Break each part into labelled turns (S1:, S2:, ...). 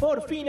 S1: Por fin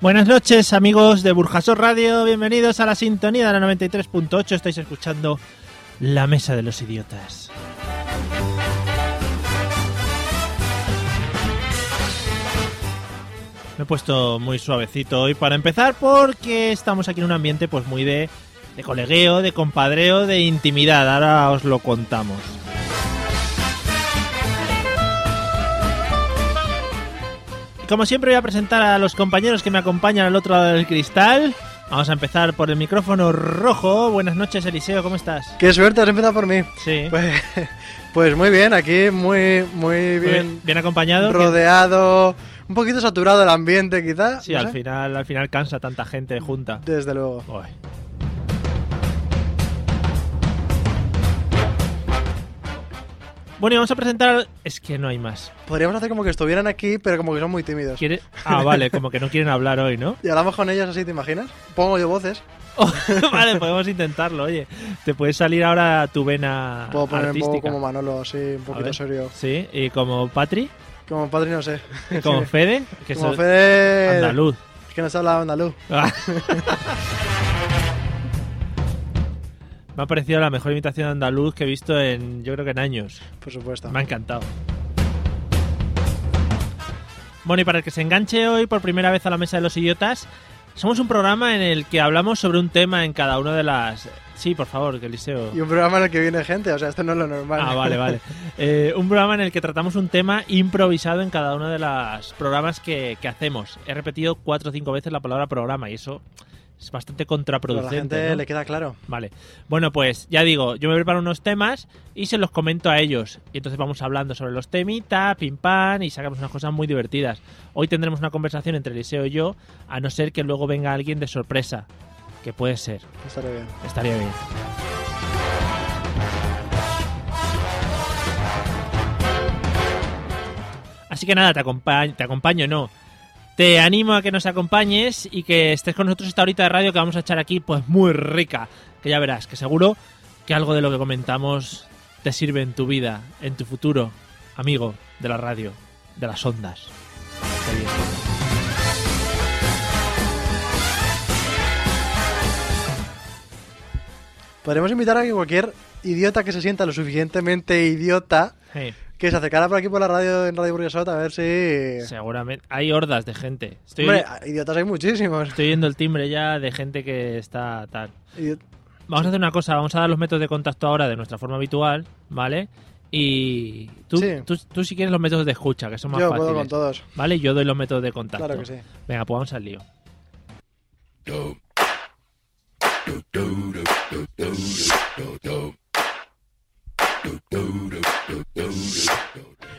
S1: Buenas noches amigos de Burjasot Radio, bienvenidos a la sintonía de la 93.8, estáis escuchando La Mesa de los Idiotas. Me he puesto muy suavecito hoy para empezar porque estamos aquí en un ambiente pues muy de, de colegueo, de compadreo, de intimidad, ahora os lo contamos. Como siempre voy a presentar a los compañeros que me acompañan al otro lado del cristal. Vamos a empezar por el micrófono rojo. Buenas noches, Eliseo, ¿cómo estás?
S2: Qué suerte, has empezado por mí.
S1: Sí.
S2: Pues, pues muy bien, aquí muy, muy
S1: Muy
S2: bien.
S1: bien acompañado.
S2: rodeado, un poquito saturado el ambiente quizá.
S1: Sí,
S2: no
S1: al
S2: sé.
S1: final, al final cansa tanta gente junta.
S2: Desde luego.
S1: Uy. Bueno, y vamos a presentar. al- Es que no hay más.
S2: Podríamos hacer como que estuvieran aquí, pero como que son muy tímidos.
S1: ¿Quiere- Ah, vale, como que no quieren hablar hoy, ¿no?
S2: Y hablamos con ellos así, ¿te imaginas? Pongo yo voces.
S1: vale, podemos intentarlo, oye. Te puede salir ahora tu vena
S2: Puedo poner un poco
S1: Ah, artística.
S2: como Manolo, así, un
S1: A
S2: poquito
S1: ver.
S2: serio.
S1: Sí, y como Patri,
S2: Como padre, no sé.
S1: como Fede, que
S2: como
S1: es
S2: Fede.
S1: andaluz.
S2: Es que no se habla andaluz.
S1: Me ha parecido la mejor imitación de andaluz que he visto en, yo creo que en años.
S2: Por supuesto.
S1: Me ha encantado. Bueno, y para el que se enganche hoy por primera vez a la mesa de los idiotas, somos un programa en el que hablamos sobre un tema en cada una de las. Sí, por favor, que Eliseo.
S2: Y un programa en el que viene gente, o sea, esto no es lo normal.
S1: Ah, vale, vale. Eh, un programa en el que tratamos un tema improvisado en cada uno de los programas que, que hacemos. He repetido cuatro o cinco veces la palabra programa y eso es bastante
S2: Pero a la
S1: contraproducente.
S2: gente
S1: ¿no?
S2: le queda claro.
S1: Vale. Bueno, pues ya digo, yo me preparo unos temas y se los comento a ellos. Y entonces vamos hablando sobre los temitas, pim pam, y sacamos unas cosas muy divertidas. Hoy tendremos una conversación entre Eliseo y yo, a no ser que luego venga alguien de sorpresa. Que puede ser.
S2: Estaré bien.
S1: Estaría bien. Así que nada, te, acompa- te acompaño, no. Te animo a que nos acompañes y que estés con nosotros esta horita de radio que vamos a echar aquí, pues muy rica. Que ya verás, que seguro que algo de lo que comentamos te sirve en tu vida, en tu futuro, amigo de la radio, de las ondas. Qué bien.
S2: Podríamos invitar a que cualquier idiota que se sienta lo suficientemente idiota
S1: Hey.
S2: que se acercara por aquí por la radio en Radio Burguesota a ver si.
S1: Seguramente. Hay hordas de gente. Estoy,
S2: Hombre, idiotas hay muchísimos.
S1: Estoy oyendo el timbre ya de gente que está tal.
S2: Idiot-
S1: Vamos a hacer una cosa, vamos a dar los métodos de contacto ahora de nuestra forma habitual, ¿vale? Y tú,
S2: Sí.
S1: tú, tú si quieres los métodos de escucha, que son más
S2: Yo
S1: fáciles.
S2: puedo con todos.
S1: ¿Vale? Yo doy los métodos de contacto.
S2: Claro que sí.
S1: Venga, pues vamos al lío.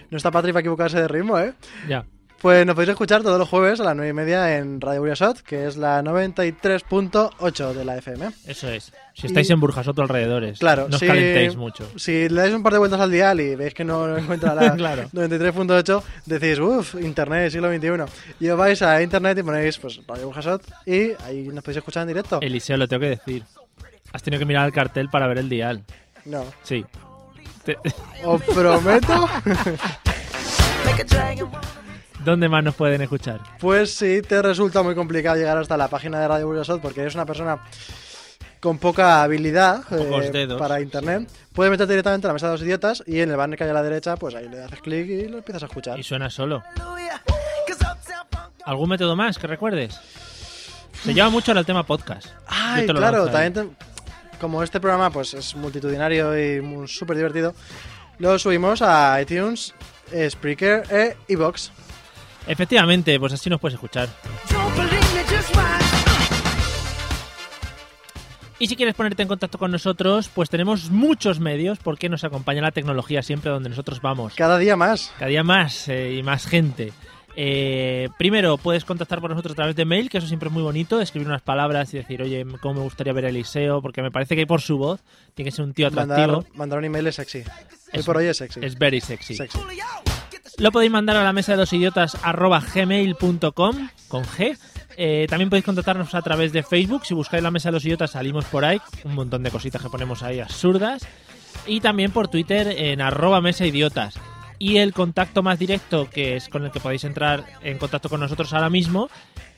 S2: No está Patrick para equivocarse de ritmo, ¿eh?
S1: Ya.
S2: Pues nos podéis escuchar todos los jueves a las 9 y media en Radio Burguesot, que es la 93.8 de la FM.
S1: Eso es. Si estáis
S2: Y-
S1: en Burjasot o alrededores,
S2: Claro,
S1: no os
S2: sí.
S1: calentéis mucho.
S2: Si le dais un par de vueltas al dial y veis que no encuentra la
S1: Claro.
S2: 93.8, decís, uff, internet, siglo XXI. Y os vais a internet y ponéis pues, Radio Burguesot y ahí nos podéis escuchar en directo.
S1: Eliseo, lo tengo que decir. Has tenido que mirar el cartel para ver el dial.
S2: No.
S1: Sí. Te-
S2: Os prometo
S1: ¿Dónde más nos pueden escuchar?
S2: Pues si te resulta muy complicado llegar hasta la página de Radio Burgasot porque eres una persona con poca habilidad
S1: Pocos
S2: eh,
S1: dedos.
S2: para internet, puedes meterte directamente a la mesa de los idiotas y en el banner que hay a la derecha, pues ahí le haces clic y lo empiezas a escuchar.
S1: Y suena solo. ¿Algún método más que recuerdes? Se lleva mucho ahora el tema podcast. Yo
S2: Ay,
S1: te lo
S2: claro,
S1: lanzo ahí.
S2: también te- como este programa pues es multitudinario y súper divertido, lo subimos a iTunes, eh, Spreaker e iBox.
S1: Efectivamente, pues así nos puedes escuchar.
S3: Don't believe me, just watch.
S1: Y si quieres ponerte en contacto con nosotros, pues tenemos muchos medios porque nos acompaña la tecnología siempre donde nosotros vamos.
S2: Cada día más.
S1: Cada día más eh, y más gente. Eh, primero, puedes contactar con nosotros a través de mail, que eso siempre es muy bonito, escribir unas palabras y decir, oye, cómo me gustaría ver a Eliseo, porque me parece que por su voz tiene que ser un tío atractivo.
S2: Mandar, mandar un email es sexy. Hoy
S1: Es-
S2: por hoy es sexy.
S1: Es very sexy.
S2: Sexy.
S1: Lo podéis mandar a la mesa de los idiotas arroba gmail.com con G. Eh, también podéis contactarnos a través de Facebook. Si buscáis la mesa de los idiotas salimos por ahí. Un montón de cositas que ponemos ahí absurdas. Y también por Twitter en arroba mesa idiotas. Y el contacto más directo que es con el que podéis entrar en contacto con nosotros ahora mismo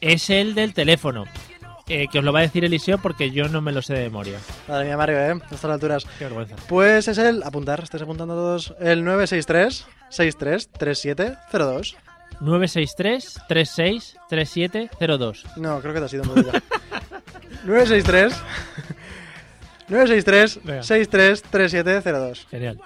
S1: es el del teléfono. eh, que os lo va a decir Eliseo porque yo no me lo sé de memoria.
S2: Madre mía, Mario, ¿eh? A estas alturas.
S1: Qué vergüenza.
S2: Pues es el, apuntar, estáis apuntando todos, el 963 633702.
S1: 963 36 3702.
S2: No, creo que te has ido un poquito. 963 963
S1: Venga.
S2: 633702.
S1: Genial.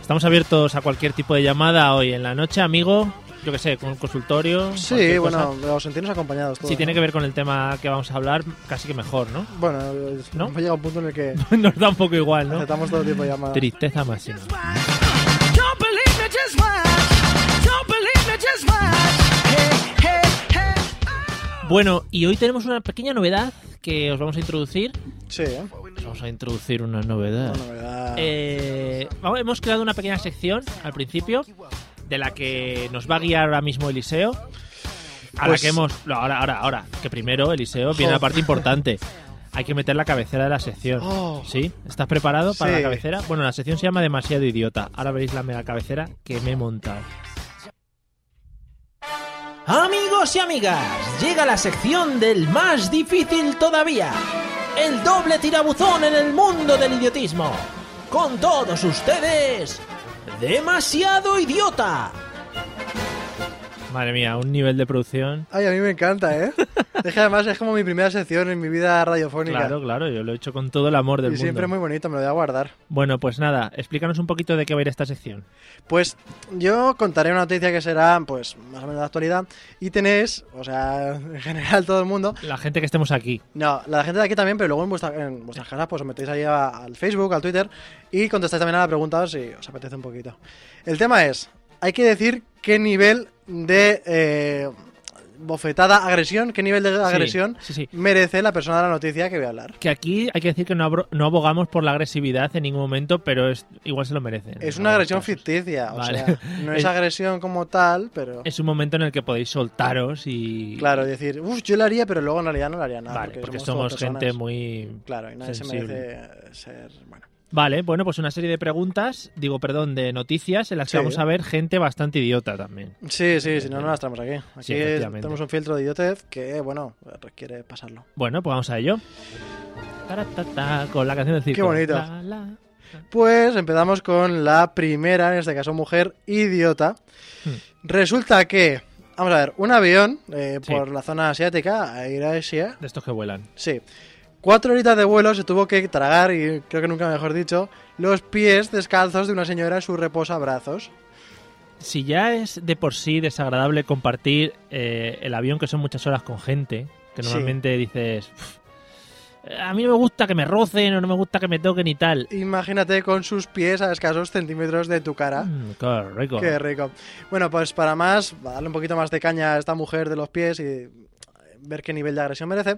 S1: Estamos abiertos a cualquier tipo de llamada hoy en la noche, amigo. Yo que sé, con un consultorio.
S2: Sí,
S1: cualquier cosa.
S2: bueno, os sentirnos acompañados todos.
S1: Si tiene
S2: ¿no?
S1: que ver con el tema que vamos a hablar, casi que mejor, ¿no?
S2: Bueno,
S1: ¿No?
S2: hemos llegado a un punto en el que
S1: Nos da un poco igual, ¿no?
S2: aceptamos todo tipo de llamadas.
S1: Tristeza máxima.
S3: Don't believe me, just watch. Don't believe me, just watch. Hey, hey, hey.
S1: Bueno, y hoy tenemos una pequeña novedad que os vamos a introducir.
S2: Sí, ¿eh?
S1: Os vamos a introducir una novedad.
S2: Bueno, verdad.
S1: Eh, vamos, hemos creado una pequeña sección al principio de la que nos va a guiar ahora mismo Eliseo. Ahora
S2: Pues-
S1: que hemos. no, ahora, ahora, ahora. Que primero, Eliseo, viene la
S2: Jo.
S1: parte importante. Hay que meter la cabecera de la sección.
S2: Oh.
S1: ¿Sí? ¿Estás preparado para la
S2: Sí.
S1: cabecera? Bueno, la sección se llama Demasiado Idiota. Ahora veréis la mega cabecera que me he montado.
S4: Amigos y amigas, llega la sección del más difícil todavía. El doble tirabuzón en el mundo del idiotismo. Con todos ustedes, demasiado idiota.
S1: Madre mía, un nivel de producción.
S2: Ay, a mí me encanta, ¿eh? Es que además es como mi primera sección en mi vida radiofónica.
S1: Claro, claro, yo lo he hecho con todo el amor del
S2: y siempre es
S1: mundo.
S2: muy bonito, me lo voy a guardar.
S1: Bueno, pues nada, explícanos un poquito de qué va a ir esta sección.
S2: Pues yo contaré una noticia que será, pues, más o menos de actualidad. Y tenéis, o sea, en general todo el mundo.
S1: La gente que estemos aquí.
S2: No, la gente de aquí también, pero luego en, vuestra- en vuestras casas, pues os metéis ahí a- al Facebook, al Twitter y contestáis también a la pregunta si os apetece un poquito. El tema es, hay que decir qué nivel de eh, bofetada, agresión, qué nivel de agresión
S1: sí, sí.
S2: merece la persona de la noticia que voy a hablar.
S1: Que aquí hay que decir que no, abro- no abogamos por la agresividad en ningún momento, pero es, igual se lo merecen.
S2: Es
S1: en
S2: una
S1: algunos
S2: agresión
S1: casos.
S2: ficticia, o
S1: Vale.
S2: sea, no es
S1: Es-
S2: agresión como tal, pero...
S1: Es un momento en el que podéis soltaros y.
S2: Claro, decir, uff, yo lo haría, pero luego en realidad no lo haría nada.
S1: Vale, porque, somos,
S2: todos personas.
S1: gente muy.
S2: Claro, y nadie
S1: sensible.
S2: se merece ser... Bueno,
S1: Vale, bueno, pues una serie de preguntas, digo, perdón, de noticias en las que
S2: Sí.
S1: vamos a ver gente bastante idiota también.
S2: Sí, sí, si no, no las traemos aquí. Aquí
S1: Sí, efectivamente.
S2: tenemos un filtro de idiotez que, bueno, requiere pasarlo.
S1: Bueno, pues vamos a ello. Taratata, con la canción del circo.
S2: bonito.
S1: La, la.
S2: Pues empezamos con la primera, en este caso mujer idiota.
S1: Hmm.
S2: Resulta que, vamos a ver, un avión eh,
S1: Sí.
S2: por la zona asiática, Air Asia,
S1: De estos que vuelan.
S2: sí. Cuatro horitas de vuelo se tuvo que tragar, y creo que nunca mejor dicho, los pies descalzos de una señora en su reposabrazos.
S1: Si ya es de por sí desagradable compartir eh, el avión, que son muchas horas con gente, que
S2: Sí.
S1: normalmente dices, "Uf, a mí no me gusta que me rocen o no me gusta que me toquen y tal.
S2: Imagínate con sus pies a escasos centímetros de tu cara.
S1: Mm, qué rico.
S2: Ah. Qué rico. Bueno, pues para más, va a darle un poquito más de caña a esta mujer de los pies y ver qué nivel de agresión merece.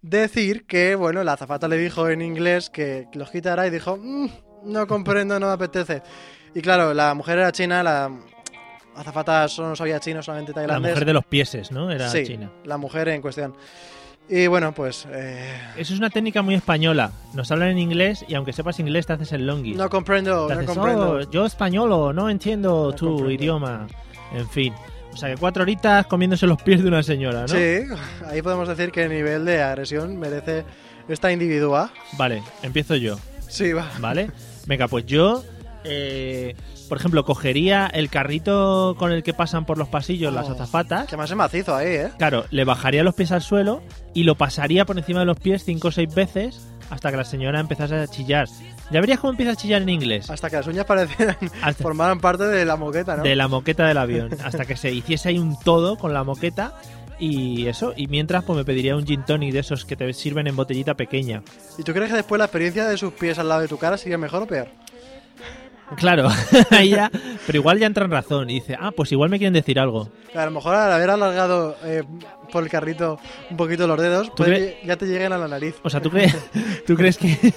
S2: Decir que, bueno, la azafata le dijo en inglés que los quitará y dijo, "Mm, no comprendo, no me apetece. Y claro, la mujer era china, la azafata solo no sabía chino, solamente
S1: la
S2: tailandés.
S1: mujer de los pieses, ¿no? Era
S2: Sí,
S1: China.
S2: la mujer en cuestión. Y bueno, pues. eh,
S1: Eso es una técnica muy española. Nos hablan en inglés y aunque sepas inglés te haces el longi.
S2: no comprendo,
S1: Te
S2: no
S1: haces,
S2: comprendo.
S1: "Oh, yo españolo, no entiendo tu
S2: comprendo.
S1: idioma. En fin. O sea que cuatro horitas comiéndose los pies de una señora, ¿no?
S2: Sí, ahí podemos decir que el nivel de agresión merece esta individua.
S1: Vale, empiezo yo,
S2: Sí, va.
S1: ¿vale? Venga, pues yo, eh, por ejemplo, cogería el carrito con el que pasan por los pasillos las
S2: Oh.
S1: azafatas.
S2: Que más es macizo ahí, ¿eh?
S1: Claro, le bajaría los pies al suelo y lo pasaría por encima de los pies cinco o seis veces hasta que la señora empezase a chillar. Ya verías cómo empieza a chillar en inglés.
S2: Hasta que las uñas parecieran
S1: Hasta-
S2: formaran parte de la moqueta, ¿no?
S1: de la moqueta del avión hasta que se hiciese ahí un todo con la moqueta y eso y mientras pues me pediría un gin tonic de esos que te sirven en botellita pequeña
S2: ¿Y tú crees que después la experiencia de sus pies al lado de tu cara sería mejor o peor?
S1: claro ahí ya- pero igual ya entra en razón y dice ah pues igual me quieren decir algo
S2: A lo mejor al haber alargado eh, por el carrito un poquito los dedos, puede
S1: crees?
S2: que ya te lleguen a la nariz.
S1: o sea tú crees tú crees que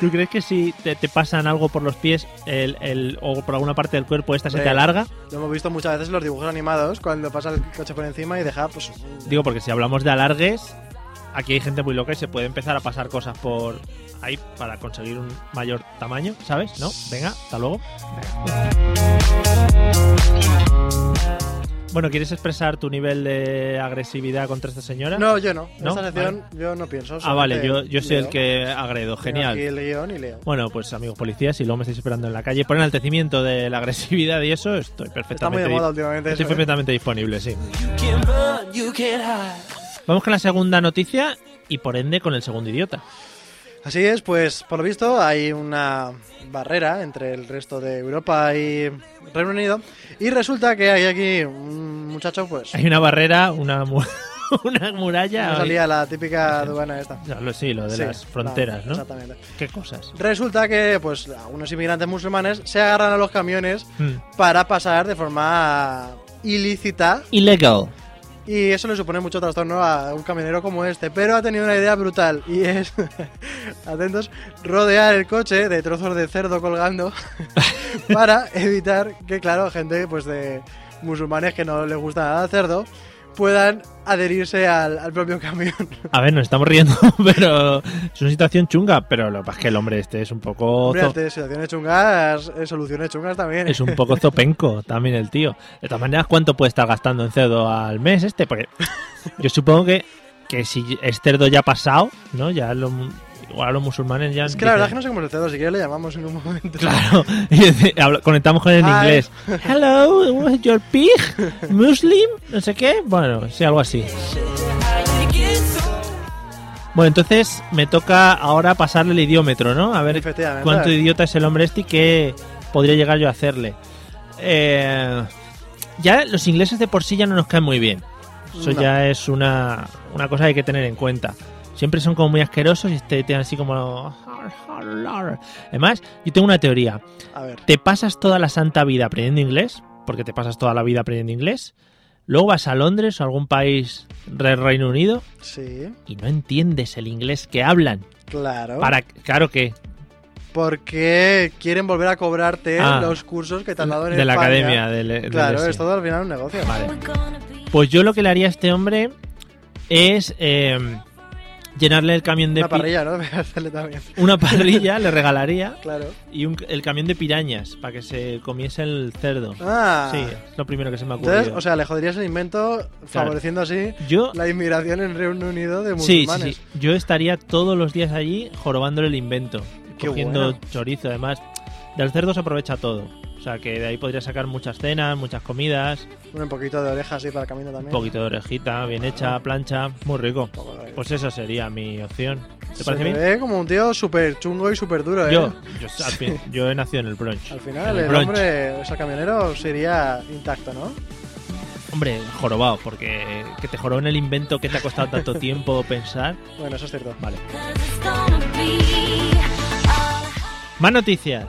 S1: tú crees que si te, te pasan algo por los pies el, el- o por alguna parte del cuerpo esta se te
S2: Hombre.
S1: alarga
S2: Lo hemos visto muchas veces en los dibujos animados, cuando pasa el coche por encima y deja, pues. un-
S1: digo porque si hablamos de alargues aquí hay gente muy loca y se puede empezar a pasar cosas por ahí para conseguir un mayor tamaño sabes no venga hasta luego Bueno, ¿quieres expresar tu nivel de agresividad contra esta señora?
S2: No, yo no. En
S1: ¿No?
S2: esta sección yo no pienso.
S1: Ah, vale,
S2: solamente
S1: yo, yo soy
S2: leo.
S1: el que agredo.
S2: Tengo Aquí
S1: Genial.
S2: el guión y leo.
S1: Bueno, pues amigos policías, si luego me estáis esperando en la calle por enaltecimiento de la agresividad y eso, estoy
S2: Está muy
S1: perfectamente,
S2: de moda
S1: di-
S2: últimamente.
S1: estoy
S2: eso, ¿eh?
S1: perfectamente disponible, sí.
S3: You can run, you can hide.
S1: Vamos con la segunda noticia y por ende con el segundo idiota.
S2: Así es, pues por lo visto hay una barrera entre el resto de Europa y Reino Unido. Y resulta que hay aquí un muchacho, pues.
S1: Hay una barrera, una, mu- una muralla.
S2: No salía la típica aduana esta.
S1: No, lo- sí, lo de
S2: Sí,
S1: las fronteras,
S2: la-
S1: ¿no?
S2: Exactamente.
S1: ¿Qué cosas?
S2: Resulta que, pues, algunos inmigrantes musulmanes se agarran a los camiones
S1: Hmm.
S2: para pasar de forma ilícita
S1: Illegal.
S2: y eso le supone mucho trastorno a un camionero como este. Pero ha tenido una idea brutal y es, atentos, rodear el coche de trozos de cerdo colgando para evitar que, claro, gente, pues, de musulmanes que no les gusta nada el cerdo puedan adherirse al, al propio camión.
S1: A ver, nos estamos riendo, pero es una situación chunga, pero lo que pasa es que el hombre este es un poco
S2: Hombre,
S1: zo-
S2: ante situaciones chungas, eh, soluciones chungas también.
S1: es un poco zopenco también el tío. De todas maneras, ¿cuánto puede estar gastando en cerdo al mes este? Porque yo supongo que, que si es cerdo ya pasado, ¿no? Ya lo, igual a los musulmanes ya
S2: Es que la verdad es que
S1: dicen-
S2: no sé cómo es el cerdo, si quieres le llamamos en un momento.
S1: Claro, y dice- habla- conectamos con el
S2: Hi.
S1: inglés. Hello, what's your pig? Muslim, no sé qué. Bueno, sí, algo así. Bueno, entonces me toca ahora pasarle el idiómetro, ¿no? A ver
S2: Efectivamente.
S1: cuánto idiota es el hombre este y qué podría llegar yo a hacerle. Eh, ya los ingleses de por sí ya no nos caen muy bien. Eso
S2: No.
S1: ya es una, una cosa que hay que tener en cuenta. Siempre son como muy asquerosos y te tienen así como... Además, yo tengo una teoría.
S2: A ver,
S1: Te pasas toda la santa vida aprendiendo inglés, porque te pasas toda la vida aprendiendo inglés. Luego vas a Londres o a algún país del Reino Unido
S2: sí,
S1: y no entiendes el inglés que hablan.
S2: claro.
S1: Para, claro que
S2: Porque quieren volver a cobrarte
S1: Ah.
S2: los cursos que te han dado en
S1: de la
S2: España.
S1: academia. del- del-
S2: Claro,
S1: sí.
S2: es todo al final un negocio.
S1: Vale. Pues yo lo que le haría a este hombre es eh, llenarle el camión de
S2: Una
S1: pi-
S2: parrilla, ¿no? Debería hacerle también.
S1: una parrilla le regalaría
S2: Claro.
S1: y un- el camión de pirañas para que se comiese el cerdo.
S2: Ah.
S1: Sí, es lo primero que se me ha ocurrido.
S2: Entonces, o sea, le joderías el invento favoreciendo así
S1: yo
S2: la inmigración en Reino Unido de
S1: Sí,
S2: musulmanes.
S1: sí, sí. Yo estaría todos los días allí jorobándole el invento.
S2: Qué
S1: cogiendo
S2: bueno.
S1: chorizo, además. Del cerdo se aprovecha todo. O sea, que de ahí podría sacar muchas cenas, muchas comidas,
S2: Un poquito de orejas así para el camino también.
S1: un poquito de orejita, bien hecha, plancha, muy rico.
S2: Joder.
S1: Pues esa sería mi opción. ¿Te
S2: Se
S1: parece
S2: te
S1: bien?
S2: ve como un tío súper chungo y súper duro, ¿eh?
S1: Yo, yo, al fin, yo he nacido en el brunch.
S2: Al
S1: En
S2: final,
S1: el
S2: el
S1: brunch.
S2: hombre, o sea, el camionero sería intacto, ¿no?
S1: Hombre, jorobado, porque que te joroben el invento que te ha costado tanto tiempo pensar.
S2: Bueno, eso es cierto.
S1: Vale. Más noticias.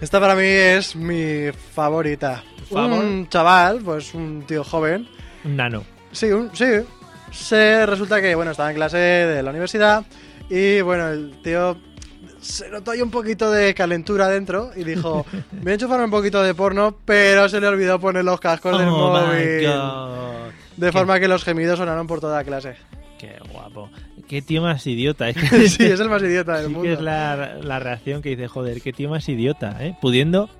S2: Esta para mí es mi favorita.
S1: ¿Favor?
S2: Un chaval, pues un tío joven.
S1: Un nano.
S2: Sí, un, sí. Se resulta que, bueno, estaba en clase de la universidad y, bueno, el tío se notó ahí un poquito de calentura dentro y dijo, me he enchufado un poquito de porno, pero se le olvidó poner los cascos del
S1: Oh my
S2: móvil.
S1: God.
S2: De forma que los gemidos sonaron por toda la clase.
S1: Qué,
S5: Qué guapo.
S1: Qué tío más idiota, ¿eh?
S2: sí, es el más idiota del
S1: Sí
S2: mundo.
S1: que es la, la reacción que dice, joder, qué tío más idiota, ¿eh? Pudiendo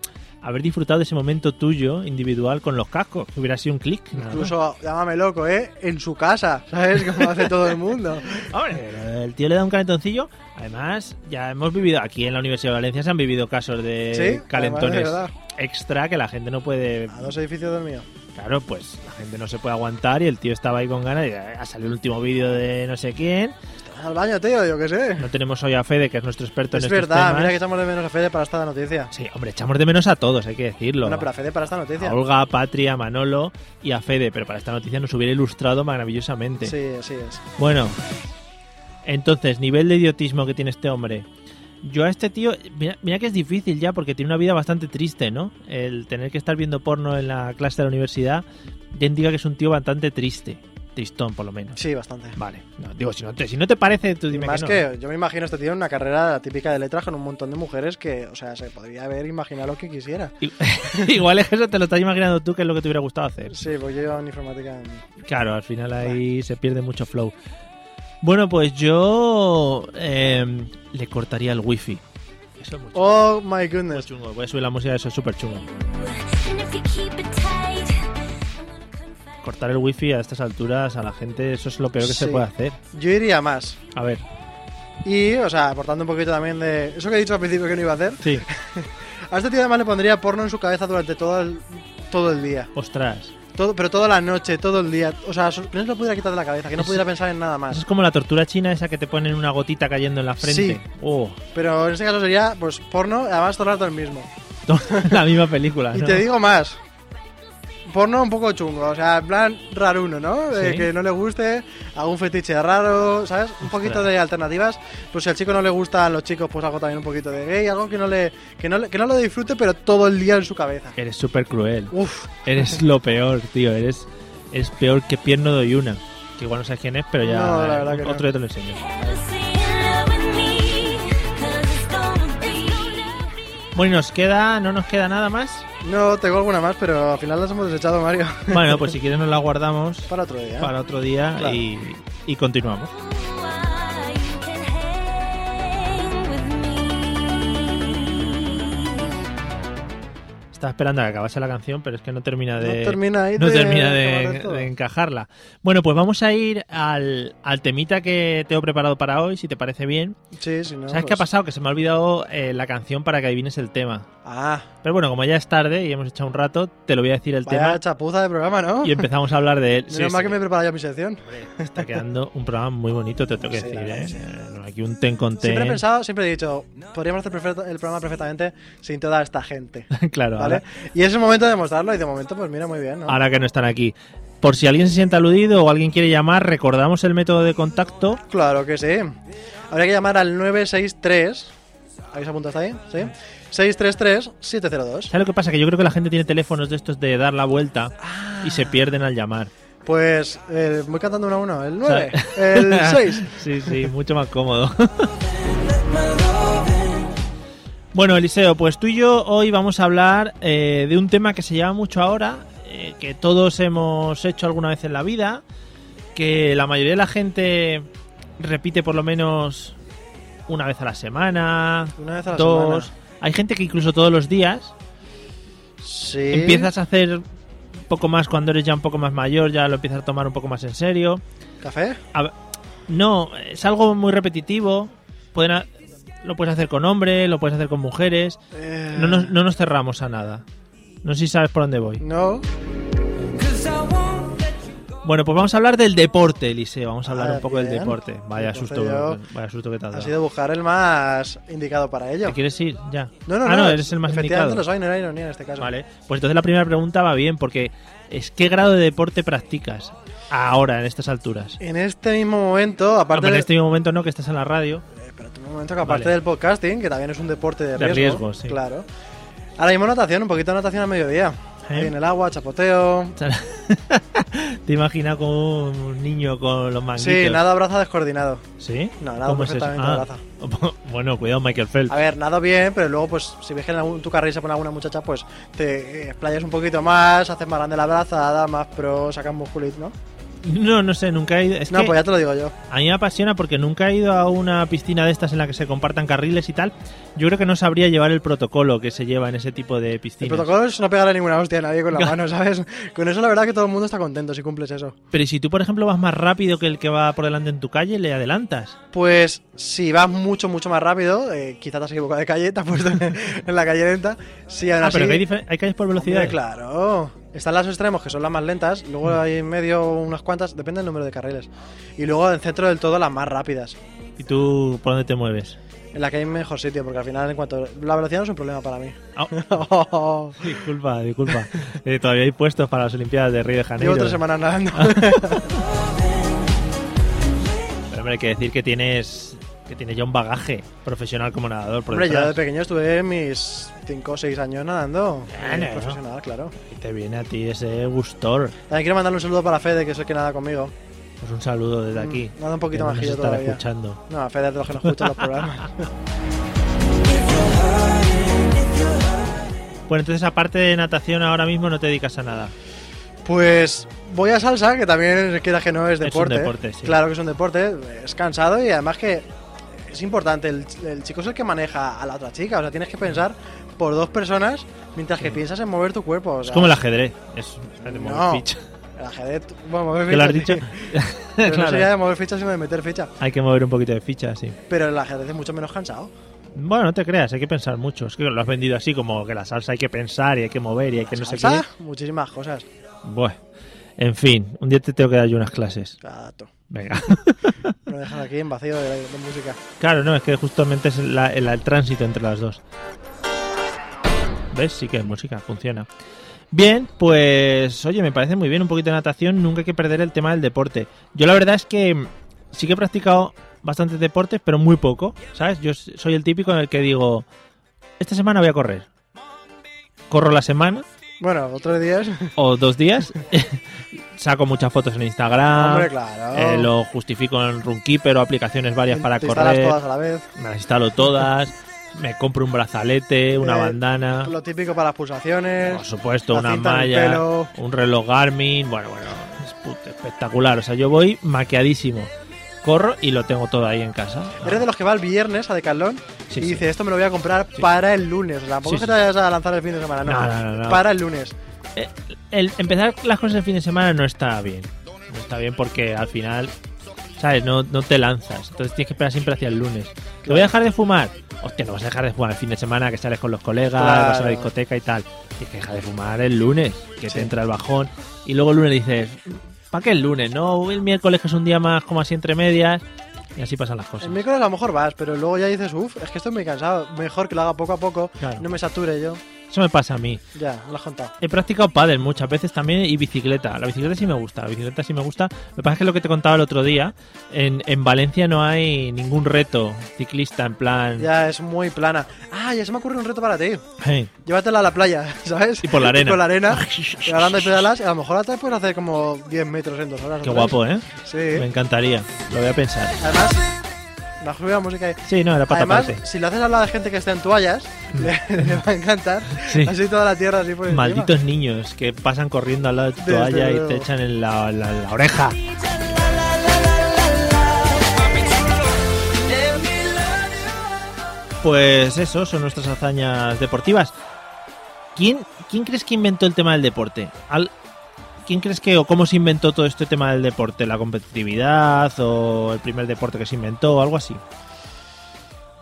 S1: haber disfrutado de ese momento tuyo, individual, con los cascos, que hubiera sido un clic. nada más.
S2: Incluso, llámame loco, ¿eh? En su casa, ¿sabes? Como hace todo el mundo.
S1: Hombre, pero el tío le da un calentoncillo. Además, ya hemos vivido, aquí en la Universidad de Valencia se han vivido casos de
S2: Sí,
S1: calentones
S2: además,
S1: extra que la gente no puede...
S2: A dos edificios del mío.
S1: Claro, pues la gente no se puede aguantar y el tío estaba ahí con ganas y "Ah, ha salido el último vídeo de no sé quién.
S2: Al baño, tío, yo qué sé.
S1: No tenemos hoy a Fede, que es nuestro experto en
S2: Es
S1: estos
S2: verdad,
S1: temas.
S2: mira que echamos de menos a Fede para esta noticia.
S1: Sí, hombre, echamos de menos a todos, hay que decirlo.
S2: Bueno, pero a Fede para esta noticia.
S1: a Olga, a Patria, a Manolo y a Fede, pero para esta noticia nos hubiera ilustrado maravillosamente.
S2: Sí, sí es.
S1: Bueno, entonces, nivel de idiotismo que tiene este hombre. Yo a este tío, mira, mira que es difícil ya, porque tiene una vida bastante triste, ¿no? El tener que estar viendo porno en la clase de la universidad, ya indica que es un tío bastante triste. Tristón, por lo menos.
S2: Sí, bastante.
S1: Vale, no, digo, si no, te, si no te parece, tú dime
S2: Más
S1: que no.
S2: que yo me imagino este tío en una carrera típica de letras con un montón de mujeres que, o sea, se podría haber imaginado lo que quisiera.
S1: Igual es que eso te lo estás imaginando tú, que es lo que te hubiera gustado hacer.
S2: Sí, porque yo llevaba en informática. en-
S1: Claro, al final ahí se pierde mucho flow. Bueno, pues yo em, le cortaría el wifi. Eso es muy chungo.
S2: Oh my
S1: muy
S2: goodness.
S1: chungo. Voy a subir la música, eso es súper chungo.
S6: And if you keep it tight, I'm gonna confide.
S1: Cortar el wifi a estas alturas a la gente, eso es lo peor que se
S2: Sí.
S1: puede hacer.
S2: Yo iría más.
S1: A ver,
S2: Y, o sea, aportando un poquito también de. Eso que he dicho al principio que no iba a hacer.
S1: sí,
S2: A este tío además le pondría porno en su cabeza durante todo el, todo el día.
S1: ostras.
S2: Todo, pero toda la noche, todo el día. O sea, so- que no se lo pudiera quitar de la cabeza, que no
S1: Eso-
S2: pudiera pensar en nada
S1: Eso
S2: más.
S1: es como la tortura china esa que te ponen una gotita cayendo en la frente.
S2: Sí.
S1: Oh,
S2: Pero en este caso sería, pues, porno, además todo el rato el mismo.
S1: la misma película.
S2: Y
S1: Ah, ¿no?
S2: te digo más. Porno un poco chungo, o sea, en plan raruno, ¿no? De
S1: Sí.
S2: que no le guste, algún fetiche raro, ¿sabes? Un poquito de alternativas. Pues si al chico no le gustan los chicos, pues algo también un poquito de gay, algo que no le que no, le- que no lo disfrute, pero todo el día en su cabeza.
S1: Eres súper cruel.
S2: Uf,
S1: Eres lo peor, tío. Eres, eres peor que Pierno doy una. Que igual no sabes quién es, pero ya
S2: No, la verdad que no.
S1: otro día te lo enseño.
S6: Say you're loving me, 'cause it's gonna be.
S1: Bueno, ¿y nos queda, no nos queda nada más.
S2: no tengo alguna más, pero al final las hemos desechado, Mario.
S1: Bueno, pues si quieres nos la guardamos
S2: Para otro día.
S1: para otro día
S2: Claro.
S1: y, y continuamos.
S6: Ooh, ah, you can hang with me.
S1: Estaba esperando a que acabase la canción, pero es que no termina de,
S2: No termina ahí
S1: no
S2: de
S1: termina
S2: acabar
S1: de,
S2: del todo.
S1: de encajarla. Bueno, pues vamos a ir al, al temita que te he preparado para hoy, si te parece bien.
S2: Sí, si no.
S1: ¿Sabes qué ha
S2: pues-
S1: pasado? Que se me ha olvidado eh, la canción para que adivines el tema.
S2: Ah,
S1: Pero bueno, como ya es tarde y hemos echado un rato, te lo voy a decir el
S2: vaya
S1: tema
S2: chapuza de programa, ¿no?
S1: y empezamos a hablar de él. Sí,
S2: Menos mal
S1: sí.
S2: que me he preparado ya mi sección.
S1: Está quedando un programa muy bonito, te tengo que
S2: Sí,
S1: decir.
S2: la verdad
S1: ¿eh?
S2: que sí.
S1: No, Aquí un ten con ten.
S2: Siempre he pensado, siempre he dicho, podríamos hacer perfecto- el programa perfectamente sin toda esta gente.
S1: claro,
S2: ¿Vale?
S1: ahora,
S2: Y es el momento de demostrarlo y de momento, pues mira, muy bien, ¿no?
S1: ahora que no están aquí. Por si alguien se siente aludido o alguien quiere llamar, recordamos el método de contacto.
S2: Claro que sí. Habría que llamar al 963. ¿Habéis apuntado hasta ahí? Sí. 633-702.
S1: ¿Sabes lo que pasa? Que yo creo que la gente tiene teléfonos de estos de dar la vuelta y se pierden al llamar.
S2: Pues eh, voy cantando uno a uno. El 9,
S1: ¿Sabes?
S2: el 6.
S1: Sí, sí, mucho más cómodo. Bueno, Eliseo, pues tú y yo hoy vamos a hablar eh, de un tema que se llama mucho ahora, eh, que todos hemos hecho alguna vez en la vida, que la mayoría de la gente repite por lo menos una vez a la semana,
S2: Una vez a la
S1: dos.
S2: semana.
S1: Hay gente que incluso todos los días,
S2: Sí.
S1: Empiezas a hacer un poco más cuando eres ya un poco más mayor, ya lo empiezas a tomar un poco más en serio.
S2: ¿Café?
S1: A- no, es algo muy repetitivo. Pueden ha- lo puedes hacer con hombres, lo puedes hacer con mujeres.
S2: Eh,
S1: No nos, no nos cerramos a nada. No sé si sabes por dónde voy.
S2: No.
S1: Bueno, pues vamos a hablar del deporte, Eliseo. Vamos a hablar
S2: Ah,
S1: un poco del
S2: bien.
S1: deporte. Vaya
S2: Entonces
S1: susto,
S2: yo-
S1: vaya susto que te has
S2: Ha
S1: dado.
S2: sido buscar el más indicado para ello.
S1: ¿Te quieres ir? Ya.
S2: No, no,
S1: ah, no, eres el más indicado.
S2: efectivamente lo soy, no era ironía en este caso.
S1: Vale, pues entonces la primera pregunta va bien, porque es ¿qué grado de deporte practicas ahora, en estas alturas?
S2: En este mismo momento,
S1: No,
S2: aparte
S1: pero en
S2: de-
S1: este mismo momento no, que estás en la radio.
S2: Eh, espérate un momento, que aparte
S1: Vale.
S2: del podcasting, que también es un deporte de
S1: De
S2: riesgo,
S1: riesgo, sí.
S2: claro. Ahora mismo natación, un poquito de natación al mediodía.
S1: ¿Eh?
S2: Ahí en el agua, chapoteo.
S1: Te imaginas como un niño con los manguitos.
S2: Sí, nada abraza descoordinado.
S1: ¿Sí?
S2: No, nada,
S1: ¿Cómo es eso? Ah.
S2: perfectamente
S1: bueno, cuidado Michael Phelps.
S2: A ver, nado bien, pero luego, pues, si ves que en algún- tu carril se pone alguna muchacha, pues te eh, explayas un poquito más, haces más grande la brazada, más pro, sacas musculito, ¿no?
S1: No, no sé, nunca he ido. Es
S2: No,
S1: que
S2: pues ya te lo digo yo.
S1: A mí me apasiona porque nunca he ido a una piscina de estas en la que se compartan carriles y tal. Yo creo que no sabría llevar el protocolo que se lleva en ese tipo de
S2: El
S1: piscinas.
S2: protocolo es no pegarle ninguna hostia a nadie con la mano, ¿sabes? Con eso la verdad que todo el mundo está contento si cumples eso.
S1: Pero ¿y si tú, por ejemplo, vas más rápido que el que va por delante en tu calle, le adelantas.
S2: Pues si vas mucho, mucho más rápido, eh, quizá te has equivocado de calle, te has puesto en, en la calle lenta. Si aún
S1: Ah,
S2: así-
S1: pero que hay, difer- hay calles por velocidad. Mm.
S2: Hombre, claro. Están las extremos, que son las más lentas, luego hay en medio unas cuantas, depende del número de carriles. Y luego en centro del todo las más rápidas,
S1: ¿Y tú por dónde te mueves?
S2: en la que hay mejor sitio, porque al final en cuanto... La velocidad no es un problema para mí.
S1: Ah, disculpa, disculpa. Eh, todavía hay puestos para las Olimpiadas de Río de Janeiro.
S2: Llevo tres semanas nadando.
S1: Ah, pues Pero hombre, hay que decir que tienes que tienes ya un bagaje profesional como nadador. Por
S2: Hombre, yo de
S1: detrás.
S2: pequeño estuve mis 5 o 6 años nadando.
S1: Ah,
S2: Eh,
S1: no.
S2: profesional, claro.
S1: Y te viene a ti ese gustor.
S2: También quiero mandarle un saludo para Fede, que es el que nada conmigo.
S1: Pues un saludo desde
S2: Mm,
S1: aquí.
S2: nada, un poquito
S1: que
S2: más
S1: nos
S2: que yo
S1: estará
S2: todavía.
S1: escuchando.
S2: No, a Fede es de los que nos escuchan los programas.
S1: Bueno, entonces aparte de natación ahora mismo no te dedicas a nada.
S2: Pues voy a salsa, que también quieras que no es
S1: un
S2: deporte.
S1: deporte, sí.
S2: Claro que es un deporte, es cansado y además que es importante, el, el chico es el que maneja a la otra chica, o sea, tienes que pensar por dos personas mientras que piensas en mover tu cuerpo. o
S1: Es
S2: sea,
S1: como el ajedrez. Es de mover
S2: No.
S1: ficha.
S2: el ajedrez, bueno, mover
S1: ¿Que lo has
S2: fichas,
S1: dicho?
S2: sí. Pero
S1: Claro.
S2: No sería de mover fichas sino de meter ficha.
S1: Hay que mover un poquito de ficha, sí.
S2: Pero el ajedrez es mucho menos cansado.
S1: Bueno, no te creas, hay que pensar mucho. Es que lo has vendido así como que la salsa hay que pensar y hay que mover y hay que no sé qué.
S2: Salsa, muchísimas cosas.
S1: Bueno, en fin, un día te tengo que dar yo unas clases.
S2: Gato.
S1: Venga.
S2: Me dejan aquí en vacío de, de música.
S1: Claro, no, es que justamente es la- el, el tránsito entre las dos. ¿Ves? Sí que es música, funciona. Bien, pues oye, me parece muy bien un poquito de natación, nunca hay que perder el tema del deporte. Yo la verdad es que mm, sí que he practicado bastantes deportes, pero muy poco, ¿sabes? Yo s- soy el típico en el que digo, esta semana voy a correr. Corro la semana
S2: Bueno, otros días.
S1: o dos días, saco muchas fotos en Instagram,
S2: Hombre, claro.
S1: eh, lo justifico en Runkeeper o aplicaciones varias para
S2: Te
S1: correr
S2: instalas todas a la vez.
S1: me las instalo todas, me compro un brazalete, una
S2: Eh,
S1: bandana,
S2: Lo típico para las pulsaciones.
S1: por supuesto,
S2: la
S1: una
S2: cinta en el
S1: malla,
S2: pelo.
S1: un reloj Garmin, bueno, bueno, es put- espectacular, o sea, yo voy maqueadísimo. Corro y lo tengo todo ahí en casa.
S2: Eres de los que va el viernes a Decathlon
S1: Sí,
S2: y
S1: sí.
S2: dice, esto me lo voy a comprar para el lunes. O sea, tampoco
S1: Sí,
S2: es que
S1: sí.
S2: te vayas a lanzar el fin de semana, no.
S1: No, no, no, no.
S2: Para el lunes.
S1: El empezar las cosas el fin de semana no está bien. No está bien porque al final, ¿sabes? No, no te lanzas. Entonces tienes que esperar siempre hacia el lunes. ¿Te voy a dejar de fumar? Hostia, no vas a dejar de fumar el fin de semana que sales con los colegas,
S2: Claro.
S1: vas a la discoteca y tal. Tienes que dejar de fumar el lunes, que
S2: Sí.
S1: te entra el bajón. Y luego el lunes dices, ¿para qué el lunes? No, el miércoles que es un día más como así entre medias. Y así pasan las cosas.
S2: El miércoles a lo mejor vas, pero luego ya dices, uff, es que estoy muy cansado. Mejor que lo haga poco a poco.
S1: Claro.
S2: No me sature yo.
S1: Eso me pasa a mí.
S2: Ya, lo has contado.
S1: He practicado pádel muchas veces también y bicicleta. La bicicleta sí me gusta, la bicicleta sí me gusta. Lo que pasa es que lo que te contaba el otro día, en, en Valencia no hay ningún reto ciclista en plan...
S2: Ya es muy plana. Ah, ya se me ocurre un reto para ti.
S1: Hey,
S2: Llévatela a la playa, ¿sabes?
S1: Y por la arena.
S2: por la arena. y hablando de pedalas, a lo mejor atrás puedes hacer como 10 metros en dos horas.
S1: qué
S2: ¿no?
S1: guapo, ¿eh?
S2: Sí.
S1: Me encantaría, lo voy a pensar.
S2: Además, me ha subido la música ahí.
S1: Sí, no, era pata
S2: Además,
S1: aparte.
S2: si lo haces hablar a la gente que está en toallas, le, le va a encantar.
S1: Sí.
S2: Así toda la tierra, así por pues, encima.
S1: Malditos niños que pasan corriendo al lado de tu
S2: Desde
S1: toalla y
S2: luego.
S1: te echan en la, la- la oreja. Pues eso, son nuestras hazañas deportivas. ¿Quién, quién crees que inventó el tema del deporte? Al- ¿Quién crees que o cómo se inventó todo este tema del deporte? ¿La competitividad o el primer deporte que se inventó o algo así?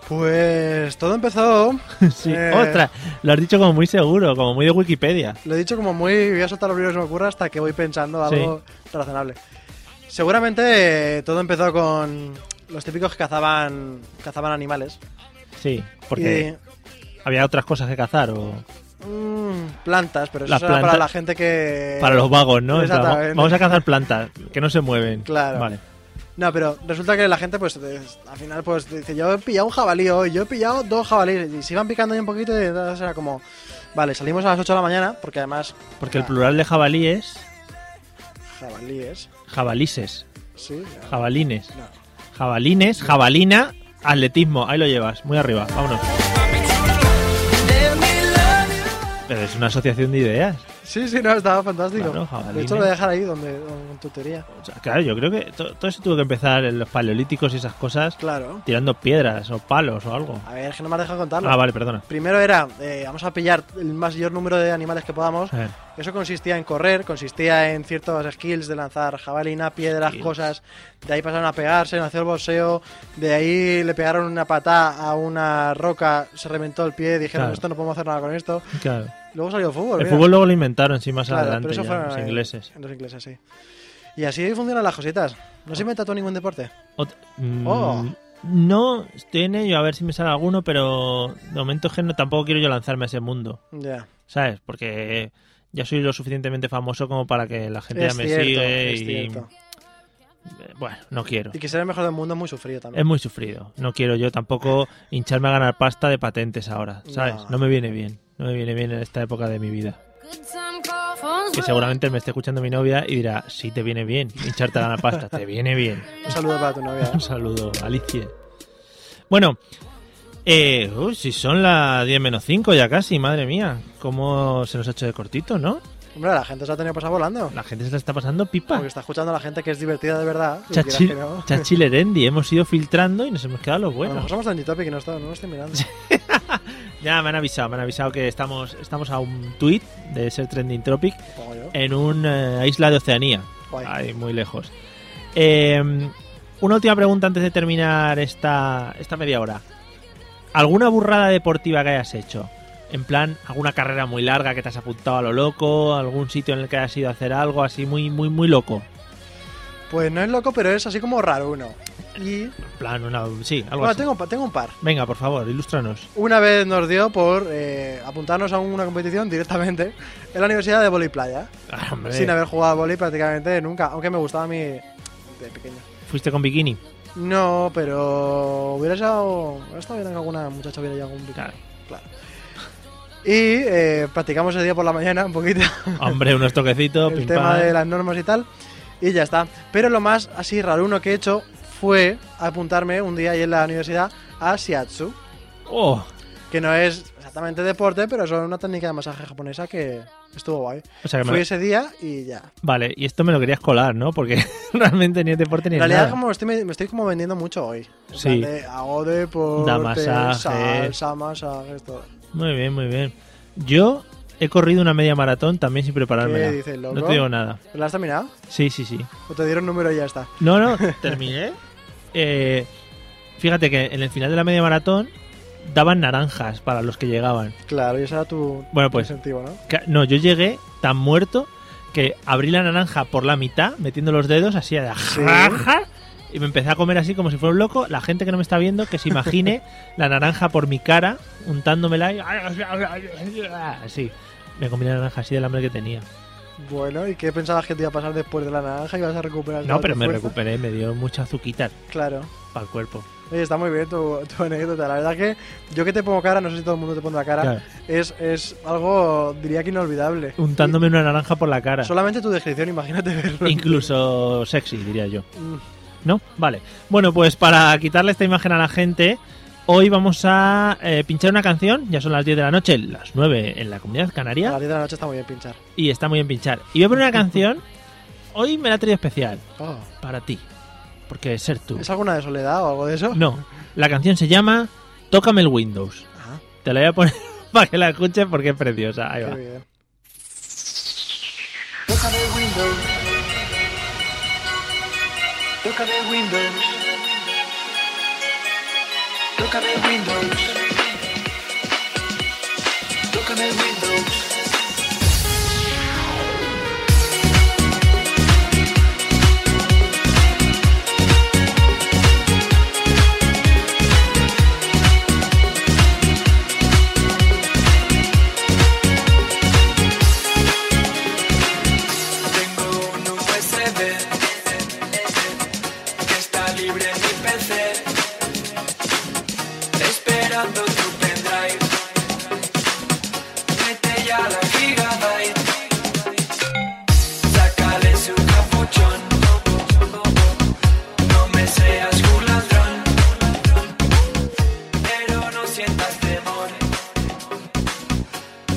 S2: Pues todo empezó,
S1: sí.
S2: Eh.
S1: Ostras, lo has dicho como muy seguro, como muy de Wikipedia.
S2: lo he dicho como muy, voy a soltar los primeros que se me ocurra hasta que voy pensando algo razonable. Seguramente eh, todo empezó con los típicos que cazaban, cazaban animales.
S1: Sí, porque había otras cosas que cazar o...
S2: Y, mm, plantas, pero eso
S1: Las
S2: era para
S1: plantas-
S2: la gente que...
S1: Para los vagos, ¿no? En plan,
S2: Eh, Exactamente.
S1: Vamos a cazar plantas que no se mueven.
S2: Claro.
S1: Vale.
S2: No, pero resulta que la gente, pues, eh, al final, pues, dice, yo he pillado un jabalí hoy, yo he pillado dos jabalíes. Y se iban picando ahí un poquito y entonces era como, vale, salimos a las 8 de la mañana, porque además,
S1: Porque el
S2: Ah.
S1: plural de jabalí es
S2: jabalíes,
S1: jabalises,
S2: sí.
S1: jabalines,
S2: No.
S1: jabalines, jabalina, atletismo. Ahí lo llevas, muy arriba. Vámonos. Pero es una asociación de ideas.
S2: Sí, sí, no, estaba fantástico.
S1: Claro, jabalina.
S2: de hecho, lo voy a dejar ahí donde, con tu teoría.
S1: O sea, claro, yo creo que to- todo eso tuvo que empezar en los paleolíticos y esas cosas,
S2: Claro.
S1: tirando piedras o palos o algo.
S2: A ver, que no me has dejado contarlo.
S1: Ah, vale, perdona.
S2: Primero era, eh, vamos a pillar el mayor número de animales que podamos.
S1: A ver.
S2: Eso consistía en correr, consistía en ciertos skills de lanzar jabalina, piedras,
S1: Skills.
S2: cosas. De ahí pasaron a pegarse, en hacer boxeo. De ahí le pegaron una patada a una roca, se reventó el pie, dijeron,
S1: Claro.
S2: esto no podemos hacer nada con esto.
S1: Claro.
S2: Luego salió el fútbol.
S1: El
S2: mira.
S1: fútbol luego lo inventaron, sí, más
S2: Claro,
S1: adelante, ya,
S2: fueron
S1: los
S2: en-
S1: ingleses.
S2: en los ingleses, sí. Y así funcionan las cositas. No se inventa tú ningún deporte.
S1: Ot- mm,
S2: Oh.
S1: No, estoy en ello, a ver si me sale alguno, pero de momento es que no, tampoco quiero yo lanzarme a ese mundo,
S2: Ya.
S1: ¿sabes? Porque ya soy lo suficientemente famoso como para que la gente
S2: Es
S1: ya me
S2: cierto,
S1: sigue
S2: es
S1: y...
S2: cierto.
S1: eh, Bueno, no quiero.
S2: Y que ser el mejor del mundo es muy sufrido
S1: Es
S2: también.
S1: muy sufrido. No quiero yo tampoco hincharme a ganar pasta de patentes ahora, ¿sabes?
S2: No.
S1: No, me viene bien. No me viene bien en esta época de mi vida.
S2: Ah.
S1: Que seguramente me esté escuchando mi novia y dirá, sí, te viene bien hincharte a ganar pasta, te viene bien.
S2: Un saludo para tu novia. ¿eh?
S1: Un saludo, Alicia. Bueno, eh, uy, si son las 10 menos 5 ya casi, madre mía. ¿Cómo se nos ha hecho de cortito, no?
S2: Hombre, la gente se ha tenido pasar volando.
S1: La gente se la está pasando pipa.
S2: Porque está escuchando a la gente que es divertida de verdad. y quieras
S1: Chachi-
S2: que no.
S1: Chachilerendi, hemos ido filtrando y nos hemos quedado los
S2: A lo
S1: buenos.
S2: mejor somos tan topic que no, está- no lo estoy mirando.
S1: Ya me han avisado, me han avisado que estamos, estamos a un tweet de ser trending topic
S2: Pongo yo.
S1: en una isla de Oceanía.
S2: Guay.
S1: Eh, Ay, muy lejos. Eh, una última pregunta antes de terminar esta, esta media hora. ¿Alguna burrada deportiva que hayas hecho? En plan, alguna carrera muy larga que te has apuntado a lo loco, algún sitio en el que hayas ido a hacer algo así muy, muy, muy loco.
S2: Pues no es loco, pero es así como raro uno. Y.
S1: En plan, una, sí, algo
S2: Bueno,
S1: así.
S2: tengo, pa- tengo un par.
S1: Venga, por favor, ilústranos.
S2: Una vez nos dio por eh, apuntarnos a una competición directamente en la Universidad de Voli Playa.
S1: Ah, hombre,
S2: Sin haber jugado a vóley prácticamente nunca, aunque me gustaba a mí de pequeño.
S1: Fuiste con bikini.
S2: No, pero hubiera estado, hubiera estado bien que alguna muchacha hubiera llegado algún
S1: Claro.
S2: Claro. Y eh, practicamos el día por la mañana un poquito
S1: Hombre, unos toquecitos,
S2: el
S1: pim,
S2: tema
S1: pam.
S2: de las normas y tal. Y ya está. Pero lo más así raro uno que he hecho fue apuntarme un día ahí en la universidad a Shiatsu,
S1: Oh,
S2: que no es exactamente deporte, pero es una técnica de masaje japonesa que estuvo guay.
S1: o sea que me-
S2: Fui ese día y ya.
S1: Vale, y esto me lo querías colar, ¿no? Porque realmente ni es deporte ni
S2: En
S1: es
S2: realidad
S1: nada.
S2: como estoy, me estoy como vendiendo mucho hoy. En
S1: Sí.
S2: plan de, hago deporte,
S1: Da masajes.
S2: salsa, masajes, todo.
S1: Muy bien, muy bien. Yo he corrido una media maratón también sin preparármela.
S2: ¿Qué dices, loco?
S1: No te digo nada.
S2: ¿Lo has terminado?
S1: Sí, sí, sí.
S2: ¿O te dieron número y ya está?
S1: No, no, terminé. Eh, fíjate que en el final de la media maratón daban naranjas para los que llegaban.
S2: Claro, y ese era tu
S1: Bueno, pues-
S2: incentivo, ¿no?
S1: Ca- No, yo llegué tan muerto que abrí la naranja por la mitad, metiendo los dedos así a la jaja, y me empecé a comer así como si fuera un loco. La gente que no me está viendo, que se imagine la naranja por mi cara, untándomela y... Así. Me comí la naranja así del hambre que tenía.
S2: Bueno, ¿y qué pensabas que te iba a pasar después de la naranja? ¿Ibas a recuperar toda
S1: No,
S2: tu
S1: pero me
S2: fuerza?
S1: recuperé, me dio mucha azuquita
S2: Claro.
S1: para el cuerpo.
S2: Oye, está muy bien tu, tu anécdota. La verdad que yo que te pongo cara, no sé si todo el mundo te pondrá cara,
S1: Claro,
S2: es, es algo, diría que inolvidable.
S1: untándome una naranja por la cara.
S2: Solamente tu descripción, imagínate verlo.
S1: Incluso sexy, diría yo.
S2: Mm,
S1: ¿No? Vale. Bueno, pues para quitarle esta imagen a la gente, hoy vamos a eh, pinchar una canción. Ya son las 10 de la noche, las 9 en la comunidad
S2: A
S1: canaria.
S2: las 10 de la noche está muy bien pinchar.
S1: Y está muy bien pinchar. Y voy a poner una canción. Hoy me la he traído especial
S2: Oh.
S1: para ti. Porque ser tú.
S2: ¿Es alguna de soledad o algo de eso?
S1: No. La canción se llama Tócame el Windows.
S2: Ah,
S1: Te la voy a poner para que la escuches porque es preciosa. Ahí
S2: qué
S1: va.
S2: bien.
S5: Tócame el Windows. Tócame el Windows. Tócame el Windows. Tócame el Windows. Tengo un USB que está libre en mi PC, esperando tu pendrive. Mete ya la gigabyte, sácale su capuchón. No me seas culandrón, pero no sientas temor.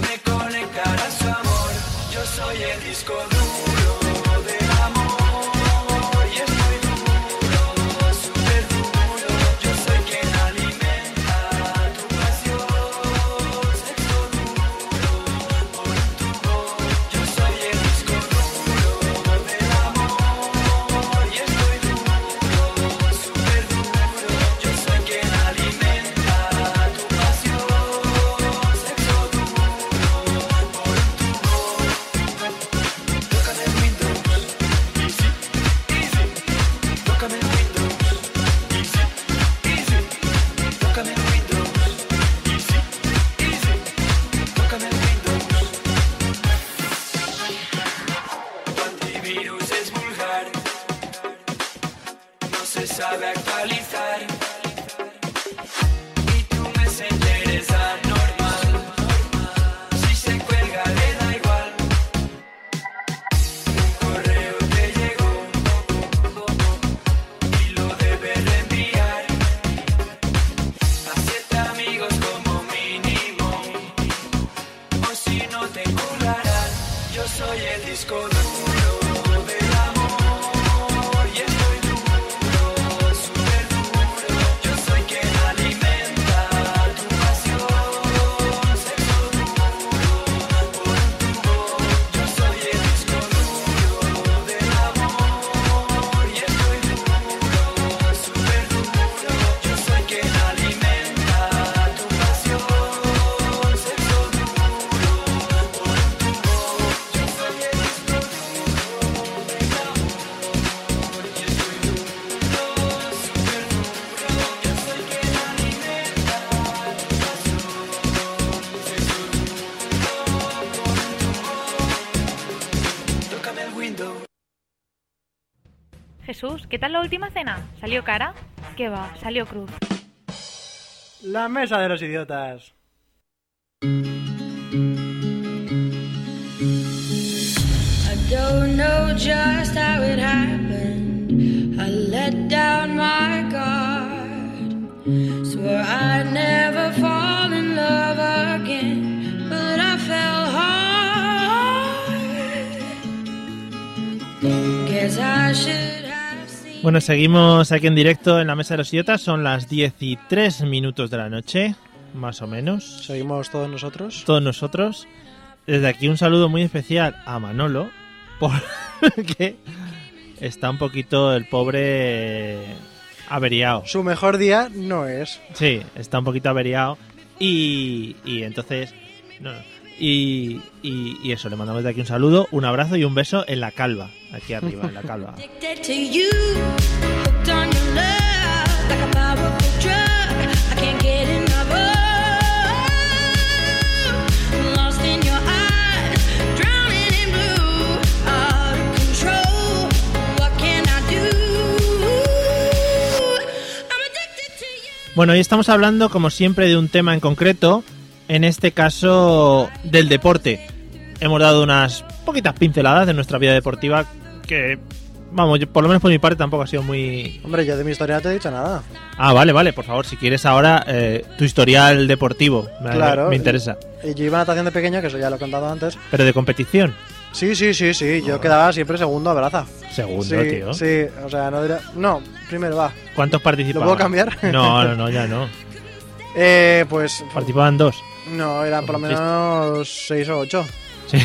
S5: Me conectará su amor. Yo se sabe actualizar Y tu messenger es anormal Si se cuelga le da igual Un correo te llegó Y lo debes reenviar A siete amigos como mínimo O si no te cularán Yo soy el disco duro del amor Y estoy duro, súper duro Yo soy quien alimenta tu pasión Sexo duro, por un tubo Yo soy el disco duro del amor Y estoy duro, súper duro Yo soy quien alimenta tu pasión Sexo duro, por un tubo Yo soy el disco duro del amor Y estoy duro, súper duro Yo soy quien alimenta tu pasión Sexo duro, por un tubo Tócame el window
S7: Jesús, ¿qué tal la última cena? ¿Salió cara? ¿Qué va? Salió cruz.
S2: La mesa de los idiotas.
S8: I don't know just how it happened. I let down my guard. Swore I'd never fall in love again. But I fell hard. Guess I should have seen.
S1: Bueno, seguimos aquí en directo en la Mesa de los Idiotas. Son las 13 minutos de la noche, más o menos.
S2: Seguimos todos nosotros.
S1: Todos nosotros. Desde aquí un saludo muy especial a Manolo, porque está un poquito el pobre averiado.
S2: Su mejor día no es.
S1: Sí, está un poquito averiado. Y, y entonces. no, no. y, y- y eso, le mandamos de aquí un saludo, un abrazo y un beso en la calva. Aquí arriba, en la calva.
S8: Addicted to you, hooked on your love, like a powerful drug. I can't get enough of. Lost in your eyes, drowning in blue, out of control. What can I do? I'm addicted to you.
S1: Bueno, hoy estamos hablando, como siempre, de un tema en concreto, en este caso del deporte. Hemos dado unas poquitas pinceladas de nuestra vida deportiva que, vamos, yo, por lo menos por mi parte tampoco ha sido muy...
S2: Hombre, yo de mi historia no te he dicho nada.
S1: Ah, vale, vale, por favor, si quieres ahora eh, tu historial deportivo, me,
S2: Claro.
S1: me interesa.
S2: Y Yo iba a natación de pequeño, que eso ya lo he contado antes.
S1: Pero de competición,
S2: Sí, sí, sí, sí. Yo quedaba siempre segundo a braza.
S1: Ah. segundo,
S2: sí,
S1: tío.
S2: sí, o sea, no diría... No, primero va.
S1: ¿Cuántos participaban?
S2: ¿Lo puedo cambiar?
S1: No, no, no, ya no.
S2: Eh, pues...
S1: Participaban dos.
S2: No, eran por lo menos 6 o 8.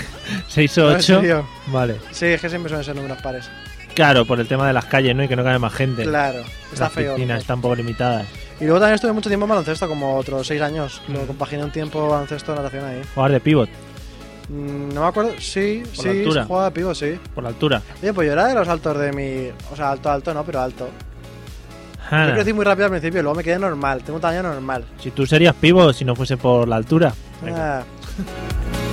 S1: ¿Seis o
S2: No, en
S1: ocho?
S2: serio.
S1: Vale.
S2: Sí, es que siempre suelen ser números pares.
S1: Claro, por el tema de las calles, ¿no? Y que no cabe más gente.
S2: Claro, está
S1: las
S2: feo.
S1: piscinas están poco limitadas.
S2: Y luego también estuve mucho tiempo en baloncesto, como otros 6 años.
S1: Mm.
S2: Lo compaginé un tiempo baloncesto natación ahí.
S1: Jugar de pivot,
S2: Mm, No me acuerdo, sí,
S1: Por la
S2: sí,
S1: altura.
S2: jugaba a pivo, sí.
S1: por la altura.
S2: Oye, pues yo era de los altos de mi. O sea, alto, alto, no, pero alto. Yo
S1: Ana,
S2: crecí muy rápido al principio, luego me quedé normal, tengo un tamaño normal.
S1: si tú serías pivot si no fuese por la altura. Venga.
S2: Ah,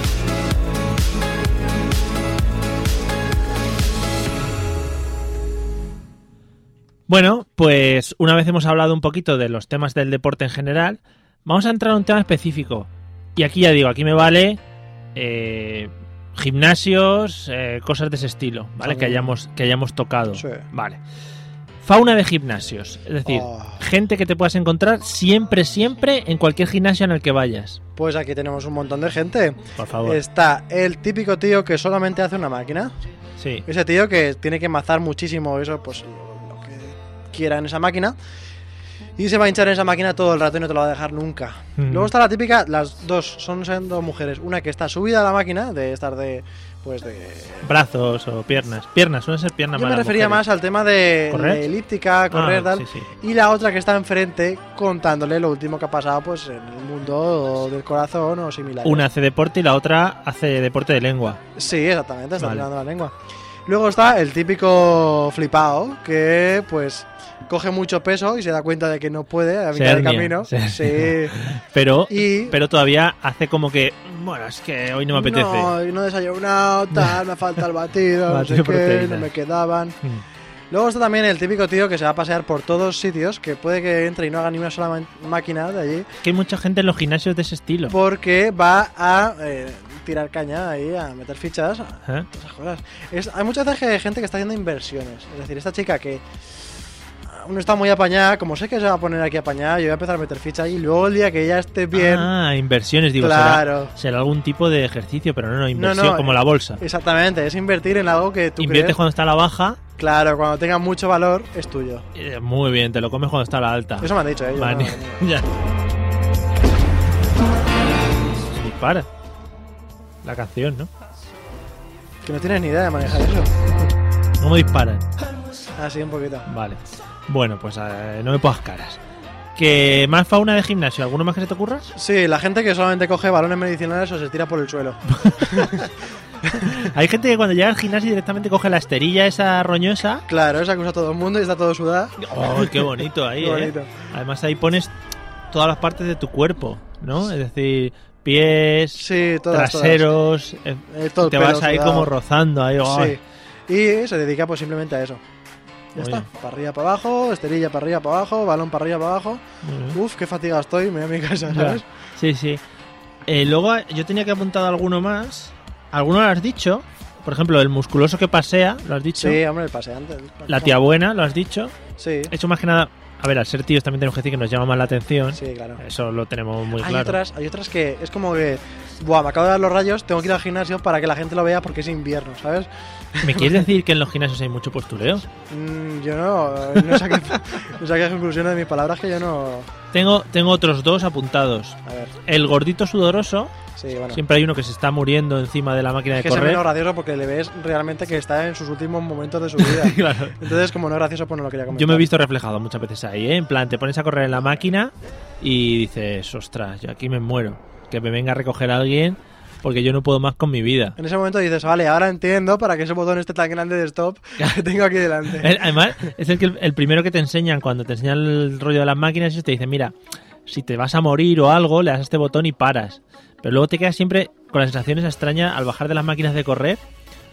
S1: Bueno, pues una vez hemos hablado un poquito de los temas del deporte en general, vamos a entrar a un tema específico. Y aquí ya digo, aquí me vale eh, gimnasios, eh, cosas de ese estilo, ¿vale?
S2: También.
S1: Que hayamos, que hayamos tocado.
S2: Sí.
S1: Vale. Fauna de gimnasios, es decir,
S2: Oh.
S1: gente que te puedas encontrar siempre, siempre en cualquier gimnasio en el que vayas.
S2: pues aquí tenemos un montón de gente.
S1: Por favor.
S2: Está el típico tío que solamente hace una máquina.
S1: Sí.
S2: Ese tío que tiene que mazar muchísimo eso, pues lo que quiera en esa máquina. Y se va a hinchar en esa máquina todo el rato y no te lo va a dejar nunca.
S1: Mm.
S2: Luego está la típica, las dos, son son dos mujeres. Una que está subida a la máquina, de estar de. Pues de.
S1: Brazos o piernas. Piernas, suelen ser piernas
S2: Yo me
S1: malas
S2: refería
S1: mujeres.
S2: más al tema de,
S1: ¿eh? ¿Correr?
S2: de elíptica, correr,
S1: Ah,
S2: tal.
S1: sí, sí.
S2: Y la otra que está enfrente contándole lo último que ha pasado pues en el mundo del corazón o similar.
S1: Una hace deporte y la otra hace deporte de lengua.
S2: Sí, exactamente, está
S1: Vale.
S2: tirando la lengua. Luego está el típico flipao que pues coge mucho peso y se da cuenta de que no puede a
S1: Se
S2: mitad de
S1: hernia,
S2: camino.
S1: se hernia.
S2: Sí.
S1: Pero,
S2: Y-
S1: pero todavía hace como que, bueno, es que hoy no me apetece.
S2: No, y no he desayunado, tal, me falta el batido, no
S1: Batido
S2: sé qué,
S1: proteína.
S2: no me quedaban.
S1: Mm.
S2: Luego está también el típico tío que se va a pasear por todos sitios, que puede que entre y no haga ni una sola ma- máquina de allí,
S1: Que hay mucha gente en los gimnasios de ese estilo.
S2: Pues, porque va a eh, tirar caña ahí, a meter fichas, a
S1: ¿Eh?
S2: esas cosas. Es- hay muchas veces que hay gente que está haciendo inversiones. Es decir, esta chica que uno está muy apañada, como sé que se va a poner aquí apañada, yo voy a empezar a meter fichas y luego el día que ella esté bien,
S1: Ah, inversiones, digo.
S2: claro.
S1: Será, será algún tipo de ejercicio, pero no, no, inversión
S2: no,
S1: como la bolsa.
S2: Exactamente, es invertir en algo que tú
S1: Inviertes
S2: crees.
S1: cuando está a la baja,
S2: Claro, cuando tenga mucho valor, es tuyo.
S1: eh, muy bien, te lo comes cuando está a la alta.
S2: Eso me han dicho ellos.
S1: Mani-
S2: ¿no?
S1: ya. Dispara. La canción, ¿no?
S2: Que no tienes ni idea de manejar eso.
S1: ¿Cómo disparan?
S2: Así un poquito.
S1: Vale. Bueno, pues eh, no me pongas caras. ¿Que más fauna de gimnasio? ¿Alguno más que se te ocurra?
S2: Sí, la gente que solamente coge balones medicinales o se tira por el suelo.
S1: Hay gente que cuando llega al gimnasio directamente coge la esterilla esa roñosa.
S2: Claro, esa cosa todo el mundo y está todo sudada.
S1: ¡Oh, qué bonito ahí!
S2: Qué
S1: eh!
S2: bonito.
S1: Además ahí pones todas las partes de tu cuerpo, ¿no? Es decir, pies,
S2: Sí, todas, todas.
S1: traseros, eh,
S2: Eh, todo el
S1: te
S2: pelo
S1: vas ahí
S2: sudado.
S1: como rozando ahí. ¡ay!
S2: Sí. Y se dedica pues simplemente a eso.
S1: Muy
S2: Ya está.
S1: bien.
S2: Para arriba, para abajo, esterilla para arriba, para abajo, balón para arriba, para abajo.
S1: Muy bien.
S2: Uf, qué fatigado estoy, me voy a mi casa,
S1: ¿Eh? Ya.
S2: ¿sabes?
S1: Sí, sí. Eh, luego eh, yo tenía que apuntar alguno más. ¿Alguno lo has dicho? Por ejemplo, el musculoso que pasea, lo has dicho.
S2: Sí, hombre, el paseante. el-
S1: La tía buena, lo has dicho.
S2: Sí,
S1: He hecho más que nada. A ver, al ser tíos también tenemos que decir que nos llama más la atención.
S2: sí, claro.
S1: Eso lo tenemos ¿eh? muy
S2: hay,
S1: claro.
S2: otras, hay otras que es como que, buah, me acabo de dar los rayos, tengo que ir al gimnasio para que la gente lo vea porque es invierno, ¿sabes?
S1: ¿Me quieres decir que en los gimnasios hay mucho postureo?
S2: Mm, yo no, no saqué, no saqué conclusiones de mis palabras que yo no...
S1: Tengo, tengo otros dos apuntados.
S2: A ver,
S1: El gordito sudoroso.
S2: sí, bueno.
S1: Siempre hay uno que se está muriendo encima de la máquina
S2: Es
S1: de
S2: que es menos
S1: Eh, correr.
S2: gracioso porque le ves realmente que está en sus últimos momentos de su vida.
S1: Claro.
S2: Entonces, como no es gracioso, pues no lo quería comentar.
S1: Yo me he visto reflejado muchas veces ahí, ¿eh? En plan, te pones a correr en la máquina y dices, ostras, yo aquí me muero. Que me venga a recoger alguien porque yo no puedo más con mi vida.
S2: En ese momento dices, vale, ahora entiendo para qué ese botón esté tan grande de stop que tengo aquí delante.
S1: Eh, Además, es el, que, el primero que te enseñan cuando te enseñan el rollo de las máquinas y te dicen, mira, si te vas a morir o algo, le das a este botón y paras. Pero luego te quedas siempre con la sensación esa extraña al bajar de las máquinas de correr,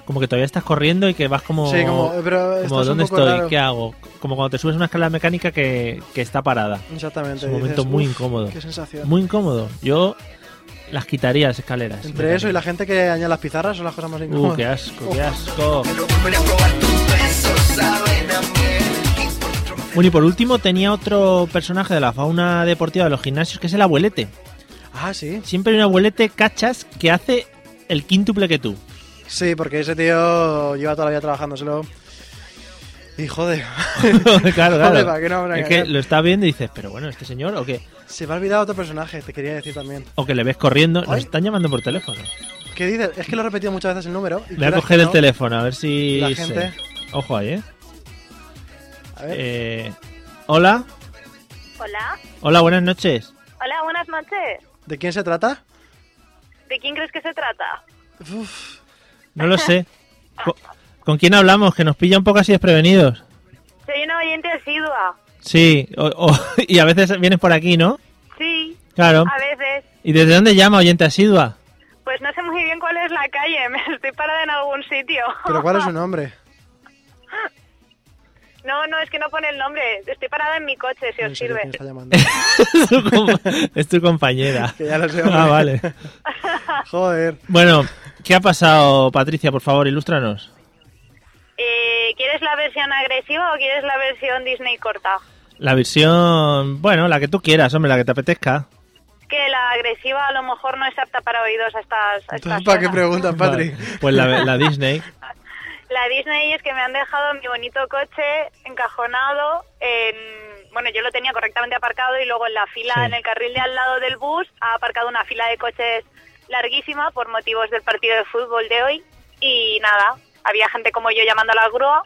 S1: como que todavía estás corriendo y que vas como...
S2: sí, como, eh, pero esto
S1: como,
S2: es un
S1: ¿dónde
S2: poco
S1: estoy?
S2: raro".
S1: ¿Qué hago? Como cuando te subes a una escalera mecánica que, que está parada.
S2: Exactamente.
S1: Es un
S2: dices,
S1: momento muy
S2: "Uf,
S1: incómodo.
S2: Qué sensación.
S1: Muy incómodo. Yo las quitaría las escaleras.
S2: Entre eso y la gente que añade las pizarras son las cosas más incómodas.
S1: Uh, qué asco, qué asco. Bueno, y por último tenía otro personaje de la fauna deportiva de los gimnasios que es el abuelete.
S2: Ah, sí.
S1: Siempre hay un abuelete, cachas, que hace el quíntuple que tú.
S2: Sí, porque ese tío lleva toda la vida trabajándoselo. Y joder,
S1: claro,
S2: Joder,
S1: claro.
S2: va, que no habrá
S1: es
S2: que
S1: que
S2: hacer.
S1: lo está viendo y dices, pero bueno, este señor, o que,
S2: se me ha olvidado otro personaje, te quería decir también.
S1: o que le ves corriendo, nos
S2: Ay.
S1: están llamando por teléfono.
S2: ¿Qué dices? Es que lo he repetido muchas veces el número. y
S1: Le voy a
S2: quieras
S1: coger
S2: que
S1: el
S2: no,
S1: teléfono, a ver si.
S2: La
S1: sé.
S2: gente.
S1: Ojo ahí, ¿eh?
S2: A ver,
S1: Eh, Hola,
S7: Hola.
S1: hola, buenas noches.
S7: Hola, buenas noches.
S2: ¿De quién se trata?
S7: ¿De quién crees que se trata?
S2: Uf,
S1: No lo sé. Co- ¿Con quién hablamos? Que nos pilla un poco así desprevenidos.
S7: Soy una oyente asidua.
S1: Sí, o- o- y a veces vienes por aquí, ¿no?
S7: Sí,
S1: Claro.
S7: a veces.
S1: ¿Y desde dónde llama, oyente asidua?
S7: Pues no sé muy bien cuál es la calle, me estoy parada en algún sitio.
S2: ¿Pero cuál es su nombre?
S7: No, no, es que no pone el nombre. Estoy parada en mi coche, si
S2: No
S7: os
S2: sé quién
S7: sirve.
S2: está llamando.
S1: Es tu com- es tu compañera.
S2: Que ya lo sé, hombre.
S1: Ah, vale.
S2: Joder.
S1: Bueno, ¿qué ha pasado, Patricia? Por favor, ilústranos.
S7: Eh, ¿Quieres la versión agresiva o quieres la versión Disney corta?
S1: La versión, bueno, la que tú quieras, hombre, la que te apetezca.
S7: Es que la agresiva a lo mejor no es apta para oídos a estas, a estas
S2: Entonces, ¿para qué
S7: horas.
S2: preguntas, Patri?
S1: Vale, pues la, la Disney.
S7: La Disney es que me han dejado mi bonito coche encajonado en... Bueno, yo lo tenía correctamente aparcado y luego en la fila,
S1: Sí.
S7: en el carril de al lado del bus, ha aparcado una fila de coches larguísima por motivos del partido de fútbol de hoy. Y nada, había gente como yo llamando a la grúa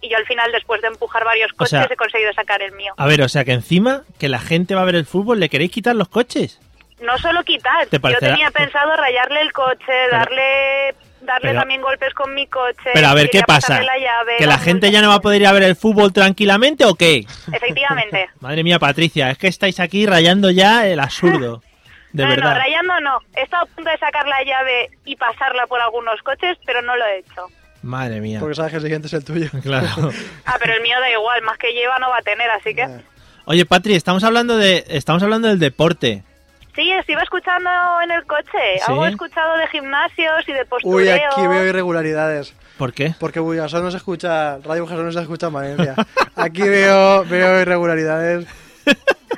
S7: y yo al final, después de empujar varios
S1: O
S7: coches,
S1: sea-
S7: he conseguido sacar el mío.
S1: A ver, o sea que encima que la gente va a ver el fútbol, ¿le queréis quitar los coches?
S7: No solo quitar,
S1: ¿Te
S7: yo
S1: parecerá-
S7: tenía pensado rayarle el coche, darle... Darle
S1: pero-
S7: también golpes con mi coche.
S1: Pero a ver, ¿qué
S7: quería
S1: pasa?
S7: pasarle la llave,
S1: ¿Que la
S7: darle
S1: gente
S7: un-
S1: ya no va a poder ir a ver el fútbol tranquilamente o qué?
S7: Efectivamente.
S1: Madre mía, Patricia, es que estáis aquí rayando ya el absurdo. De
S7: no,
S1: verdad.
S7: No, rayando no. He estado a punto de sacar la llave y pasarla por algunos coches, pero no lo he hecho.
S1: Madre mía.
S2: Porque sabes que el siguiente es el tuyo.
S1: Claro.
S7: Ah, pero el mío da igual, más que lleva no va a tener, así que...
S1: Oye, Patri, estamos hablando de estamos hablando del deporte.
S7: Sí, estuve escuchando en el coche.
S1: ¿Sí?
S7: Algo he escuchado de gimnasios y de postureo.
S2: Uy, aquí veo irregularidades.
S1: ¿Por qué?
S2: Porque Bullasol no se escucha, Radio Bullasol no se escucha en Valencia. Aquí veo, veo irregularidades.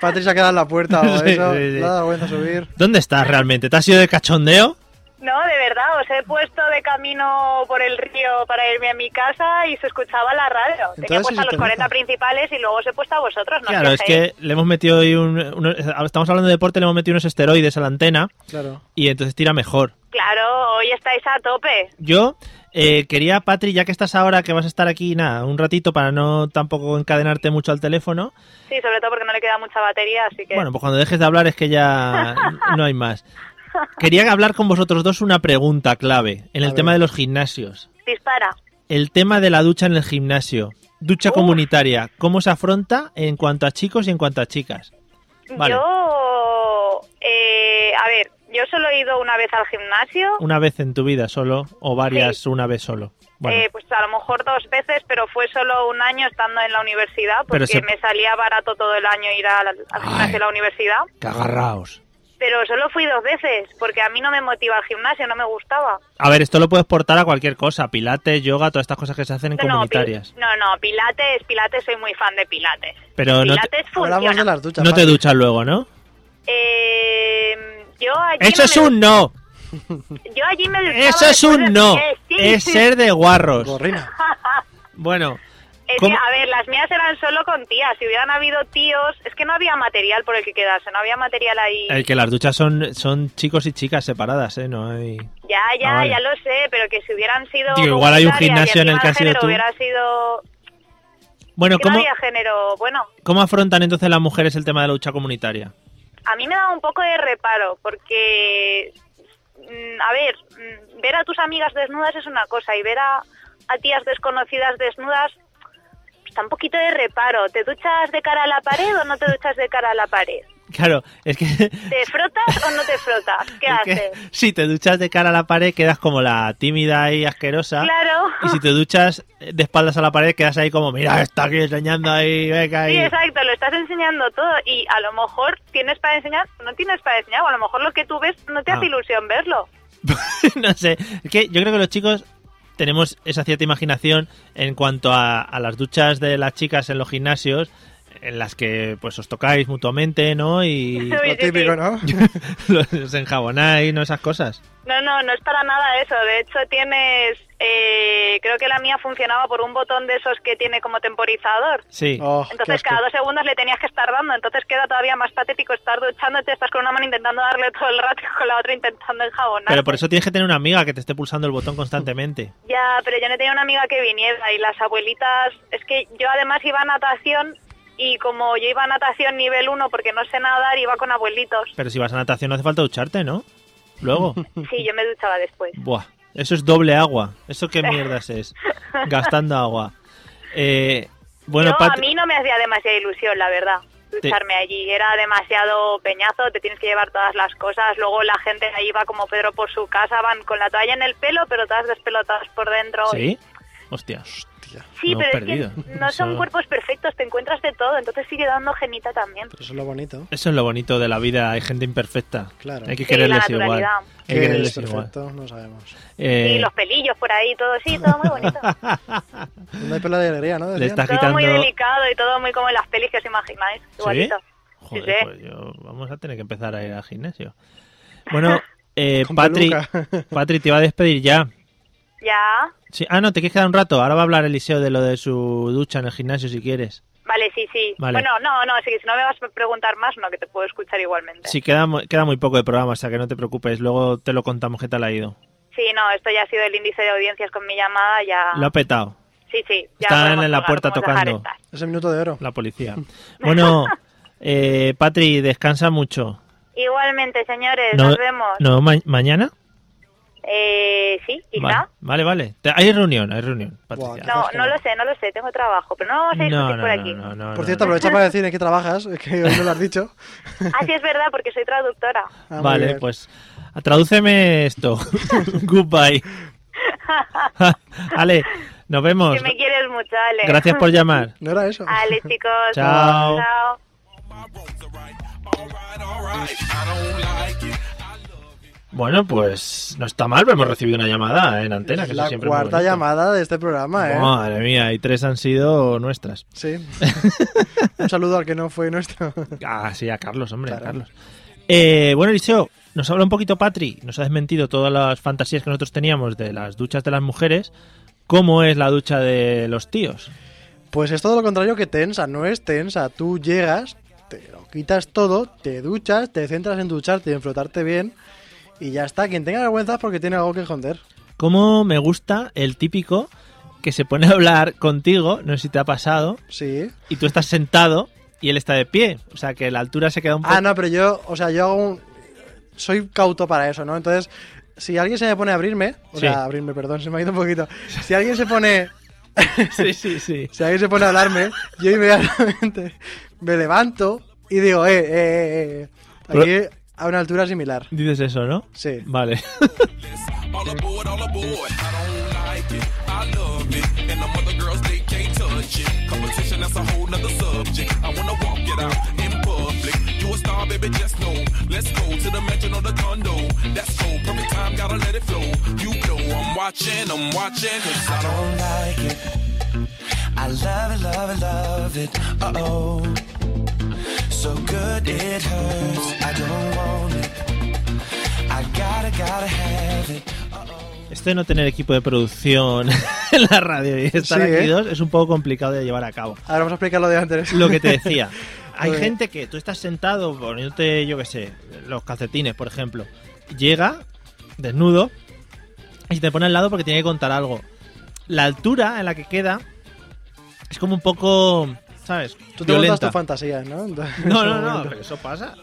S2: Patricia queda en la puerta o
S1: Sí,
S2: eso.
S1: sí, sí.
S2: Le ha dado vergüenza subir.
S1: ¿Dónde estás realmente? ¿Te has ido de cachondeo?
S7: No, de verdad, os he puesto de camino por el río para irme a mi casa y se escuchaba la radio. Tenía
S1: Entonces,
S7: puesto a los
S1: sintoniza.
S7: 40 principales y luego os he puesto a vosotros. No
S1: claro,
S7: os
S1: es
S7: quejéis.
S1: que le hemos metido hoy un, uno- estamos hablando de deporte, le hemos metido unos esteroides a la antena
S2: Claro.
S1: y entonces tira mejor.
S7: Claro, hoy estáis a tope.
S1: Yo eh, quería, Patri, ya que estás ahora, que vas a estar aquí, nada, un ratito para no tampoco encadenarte mucho al teléfono.
S7: Sí, sobre todo porque no le queda mucha batería, así que...
S1: Bueno, pues cuando dejes de hablar es que ya no hay más. Quería hablar con vosotros dos una pregunta clave en el tema de los gimnasios.
S7: Dispara.
S1: El tema de la ducha en el gimnasio. Ducha comunitaria. ¿Cómo se afronta en cuanto a chicos y en cuanto a chicas? Vale.
S7: Yo... eh, a ver, yo solo he ido una vez al gimnasio.
S1: Una vez en tu vida solo o varias una vez solo. Bueno,
S7: Eh, pues a lo mejor dos veces, pero fue solo un año estando en la universidad,
S1: Pero
S7: porque
S1: se-
S7: me salía barato todo el año ir al, al gimnasio de la universidad.
S1: que agarraos.
S7: Pero solo fui dos veces, porque a mí no me motiva el gimnasio, no me gustaba.
S1: A ver, esto lo puedes portar a cualquier cosa. Pilates, yoga, todas estas cosas que se hacen en
S7: No, no, pil-
S1: comunitarias.
S7: no, no, pilates, pilates, soy muy fan de pilates.
S1: Pero no te,
S7: pilates funciona.
S1: no te duchas luego, ¿no?
S7: Eh, yo allí
S1: Eso
S7: no
S1: es
S7: me-
S1: un no.
S7: Yo allí me duchaba
S1: Eso es
S7: después
S1: un
S7: de-
S1: no.
S7: Eh, sí.
S1: Es ser de guarros. Bueno,
S7: Es que,
S1: ¿Cómo?
S7: a ver, las mías eran solo con tías. Si hubieran habido tíos, es que no había material por el que quedarse, no había material ahí.
S1: el Eh, que las duchas son, son chicos y chicas separadas, ¿eh? No hay...
S7: Ya, ya,
S1: Ah, vale.
S7: ya lo sé, pero que si hubieran sido.
S1: Digo, igual hay un
S7: voluntarias
S1: gimnasio
S7: y
S1: en el que
S7: encima
S1: has ido
S7: género
S1: tú.
S7: Hubiera sido.
S1: Bueno,
S7: que no
S1: ¿cómo,
S7: había género. Bueno,
S1: ¿cómo afrontan entonces las mujeres el tema de la lucha comunitaria?
S7: a mí me da un poco de reparo, porque. mm, A ver, mm, ver a tus amigas desnudas es una cosa, y ver a, a tías desconocidas desnudas. pues, da un poquito de reparo. ¿Te duchas de cara a la pared o no te duchas de cara a la pared?
S1: Claro, es que,
S7: ¿Te frotas o no te frotas? ¿Qué
S1: que
S7: haces?
S1: si te duchas de cara a la pared quedas como la tímida y asquerosa.
S7: Claro.
S1: Y si te duchas de espaldas a la pared quedas ahí como, mira, está aquí enseñando ahí, venga ahí.
S7: Sí, exacto, lo estás enseñando todo y a lo mejor tienes para enseñar, no tienes para enseñar, o a lo mejor lo que tú ves no te
S1: Ah.
S7: hace ilusión verlo.
S1: no sé, es que yo creo que los chicos tenemos esa cierta imaginación en cuanto a, a las duchas de las chicas en los gimnasios en las que pues os tocáis mutuamente, ¿no? Y
S7: Lo Sí, sí, típico, sí. ¿no?
S1: los os enjabonáis, ¿no? Esas cosas.
S7: No, no, no es para nada eso. De hecho, tienes, eh, creo que la mía funcionaba por un botón de esos que tiene como temporizador.
S1: Sí.
S2: Oh,
S7: Entonces cada dos segundos le tenías que estar dando, entonces queda todavía más patético estar duchándote, estás con una mano intentando darle todo el rato y con la otra intentando enjabonar.
S1: Pero por eso tienes que tener una amiga que te esté pulsando el botón constantemente.
S7: Ya, pero yo no tenía una amiga que viniera y las abuelitas, es que yo además iba a natación y como yo iba a natación nivel 1 porque no sé nadar, iba con abuelitos.
S1: Pero si vas a natación no hace falta ducharte, ¿no? Luego.
S7: Sí, yo me duchaba después.
S1: Buah, eso es doble agua. ¿Eso qué mierdas es? Gastando agua. Eh, bueno,
S7: yo, a
S1: Pat-
S7: mí no me hacía demasiada ilusión, la verdad, ducharme allí. Era demasiado peñazo, te tienes que llevar todas las cosas. Luego la gente ahí va como Pedro por su casa, van con la toalla en el pelo, pero todas despelotadas por dentro.
S1: ¿Sí? Hostia.
S7: Sí,
S1: no,
S7: pero
S1: perdido.
S7: es que no
S1: Eso-
S7: son cuerpos perfectos, te encuentras de todo, entonces sigue dando genita también.
S2: Eso es lo bonito.
S1: Eso es lo bonito de la vida, hay gente imperfecta.
S2: Claro.
S1: Hay que
S7: Sí, la
S1: quererles igual.
S7: naturalidad.
S1: Hay que
S2: ¿Qué
S1: quererles
S2: es
S1: igual.
S2: perfecto? No sabemos.
S1: Eh,
S7: Y los pelillos por ahí, todo sí, todo muy bonito.
S2: No hay pela de alegría, ¿no?
S1: Le estás
S7: todo
S1: quitando.
S7: muy delicado y todo muy como en las pelis que os imagináis. Igualito.
S1: Joder,
S7: Sí, sí.
S1: pues yo- vamos a tener que empezar a ir al gimnasio. Bueno, eh, Patri, Patri, te iba a despedir ya.
S7: Ya.
S1: Sí, ah, no, te quieres quedar un rato. Ahora va a hablar Eliseo de lo de su ducha en el gimnasio si quieres.
S7: Vale, sí, sí.
S1: Vale.
S7: Bueno, no, no, sí, si no me vas a preguntar más, no, que te puedo escuchar igualmente.
S1: Sí, queda, mu- queda muy poco de programa, o sea que no te preocupes. Luego te lo contamos qué tal ha ido.
S7: Sí, no, esto ya ha sido el índice de audiencias con mi llamada, ya.
S1: Lo ha petado.
S7: Sí, sí. Ya
S1: Están
S7: podemos
S1: en la
S7: colgar,
S1: puerta
S7: podemos dejar
S1: tocando.
S7: esta.
S2: Ese minuto de oro.
S1: La policía. Bueno, eh, Patri, descansa mucho.
S7: Igualmente, señores,
S1: No-
S7: Eh, nos vemos.
S1: ¿No ma- mañana?
S7: Eh, sí,
S1: Vale,
S7: quizá.
S1: vale. vale. Te- Hay reunión, hay reunión. Patricia.
S7: No, no lo sé, no lo sé, tengo trabajo, pero no vamos a discutir
S1: No, no,
S7: por
S1: no,
S7: aquí.
S1: no, no,
S2: Por
S1: no,
S2: cierto,
S1: no.
S2: aprovecha para decir en qué trabajas, que hoy no lo has dicho.
S7: Ah, sí, es verdad, porque soy traductora.
S1: pues-
S2: Ah, muy
S1: Vale,
S2: bien.
S1: pues tradúceme esto. Goodbye. Ale, nos vemos.
S7: Que me quieres mucho, Ale.
S1: Gracias por llamar.
S2: No era eso.
S7: Ale, chicos.
S1: Chao.
S7: Chao.
S1: Bueno, pues no está mal, pero hemos recibido una llamada ¿eh? en antena. Que eso
S2: La
S1: siempre es muy
S2: cuarta
S1: bonito.
S2: llamada de este programa, ¿eh?
S1: Madre mía, y tres han sido nuestras.
S2: Sí. Un saludo al que no fue nuestro.
S1: Ah, sí, a Carlos, hombre, a
S2: Claro.
S1: Carlos. Eh, bueno, Eliseo, nos habla un poquito Patri, nos ha desmentido todas las fantasías que nosotros teníamos de las duchas de las mujeres. ¿Cómo es la ducha de los tíos?
S2: Pues es todo lo contrario que tensa, no es tensa. Tú llegas, te lo quitas todo, te duchas, te centras en ducharte y en flotarte bien. Y ya está, quien tenga vergüenza es porque tiene algo que esconder.
S1: ¿Cómo me gusta el típico que se pone a hablar contigo, no sé si te ha pasado,
S2: Sí.
S1: y tú estás sentado y él está de pie? O sea, que la altura se queda un poco...
S2: Ah, no, pero yo, o sea, yo hago un- soy cauto para eso, ¿no? Entonces, si alguien se me pone a abrirme, o
S1: Sí.
S2: sea, abrirme, perdón, se me ha ido un poquito. Si alguien se pone,
S1: Sí, sí, sí.
S2: si alguien se pone a hablarme, yo inmediatamente me levanto y digo, eh, eh, eh, eh, aquí a una altura similar.
S1: Dices eso, ¿no?
S2: Sí.
S1: Vale.
S9: I don't like it. I love it, love it, love it. Uh oh. So good it hurts. I don't want it. I gotta, gotta have it.
S1: Esto de no tener equipo de producción en la radio y estar
S2: Sí,
S1: aquí
S2: ¿eh?
S1: dos es un poco complicado de llevar a cabo.
S2: Ahora vamos a explicar lo de antes.
S1: Lo que te decía. Hay
S2: Joder.
S1: gente que tú estás sentado poniéndote, yo qué sé, los calcetines, por ejemplo. Llega, desnudo, y se te pone al lado porque tiene que contar algo. La altura en la que queda es como un poco, ¿sabes?
S2: Tú te montas tus fantasías, ¿no? Entonces,
S1: no,
S2: en
S1: no,
S2: ese
S1: no,
S2: momento.
S1: pero eso pasa.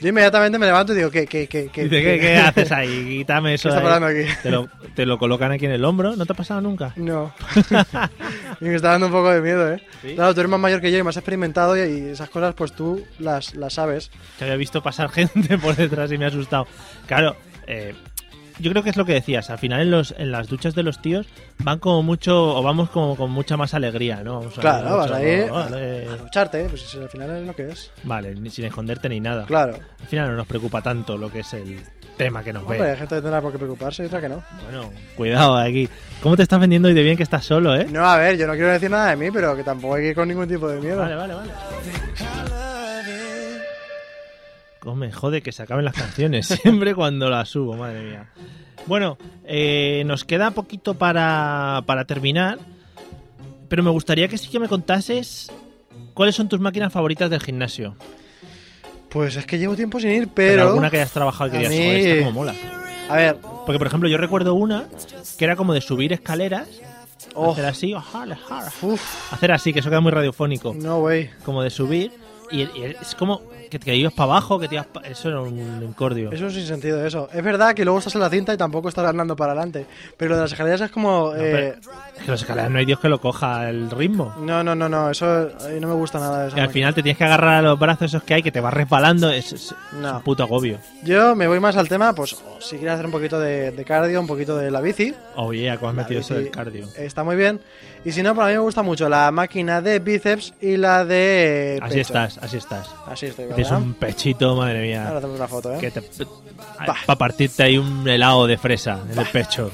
S2: Yo inmediatamente me levanto y digo, ¿qué, qué, qué, qué?
S1: Dice, ¿qué, qué haces ahí? Quítame eso.
S2: ¿Qué está
S1: de ahí".
S2: pasando aquí?
S1: Te lo, te lo colocan aquí en el hombro. ¿No te ha pasado nunca?
S2: No. y me está dando un poco de miedo, ¿eh?
S1: ¿Sí?
S2: Claro, tú eres más mayor que yo y más experimentado y, y esas cosas pues tú las, las sabes.
S1: Te había visto pasar gente por detrás y me ha asustado. Claro, eh, yo creo que es lo que decías. Al final en, los, en las duchas de los tíos van como mucho, o vamos como con mucha más alegría, ¿no? Vamos a
S2: Claro,
S1: ver,
S2: vas
S1: mucho,
S2: ahí
S1: ¿no? Vale.
S2: a ducharte, ¿eh? pues si al final es lo que es.
S1: Vale, ni- sin esconderte ni nada.
S2: Claro.
S1: Al final no nos preocupa tanto lo que es el tema que nos ve.
S2: Hombre, hay gente que tendrá por qué preocuparse y otra que no.
S1: Bueno, cuidado aquí. ¿Cómo te estás vendiendo y de bien que estás solo, eh?
S2: No, a ver, yo no quiero decir nada de mí, pero que tampoco hay que ir con ningún tipo de miedo.
S1: Vale, vale, vale. Come, jode que se acaben las canciones siempre cuando las subo, madre mía. Bueno, eh, nos queda poquito para, para terminar, pero me gustaría que sí que me contases cuáles son tus máquinas favoritas del gimnasio.
S2: Pues es que llevo tiempo sin ir,
S1: Pero
S2: pero...
S1: alguna que hayas trabajado y que
S2: a
S1: digas,
S2: mí-
S1: "Joder, esta como mola.
S2: A ver,
S1: Porque, por ejemplo, yo recuerdo una que era como de subir escaleras,
S2: oh,
S1: hacer así, ajá, ajá,
S2: uf,
S1: hacer así, que eso queda muy radiofónico.
S2: no, güey.
S1: como de subir y, y es como que te ibas para abajo, que te ibas pa- Eso era un incordio.
S2: Es un sinsentido eso. Es verdad que luego estás en la cinta y tampoco estás andando para adelante, pero lo de las escaleras es como...
S1: No,
S2: eh,
S1: pero- Es que los escaleras no hay Dios que lo coja el ritmo.
S2: No, no, no, no, eso eh, no me gusta nada de eso.
S1: Y al final te tienes que agarrar a los brazos esos que hay, que te vas resbalando. Es, es- es
S2: No.
S1: un puto agobio.
S2: Yo me voy más al tema, pues si quieres hacer un poquito de, de cardio, un poquito de la bici.
S1: Oye, Oh, ¿cómo has
S2: La
S1: metido eso
S2: bici
S1: del cardio?
S2: Está muy bien. Y si no, para mí me gusta mucho la máquina de bíceps y la de.
S1: Así
S2: pecho.
S1: estás, así estás.
S2: Así estoy,
S1: Tienes
S2: ¿verdad?
S1: un pechito, madre
S2: Ahora
S1: mía.
S2: hacemos una foto, ¿eh?
S1: Que te. Para partirte ahí un helado de fresa en el pecho.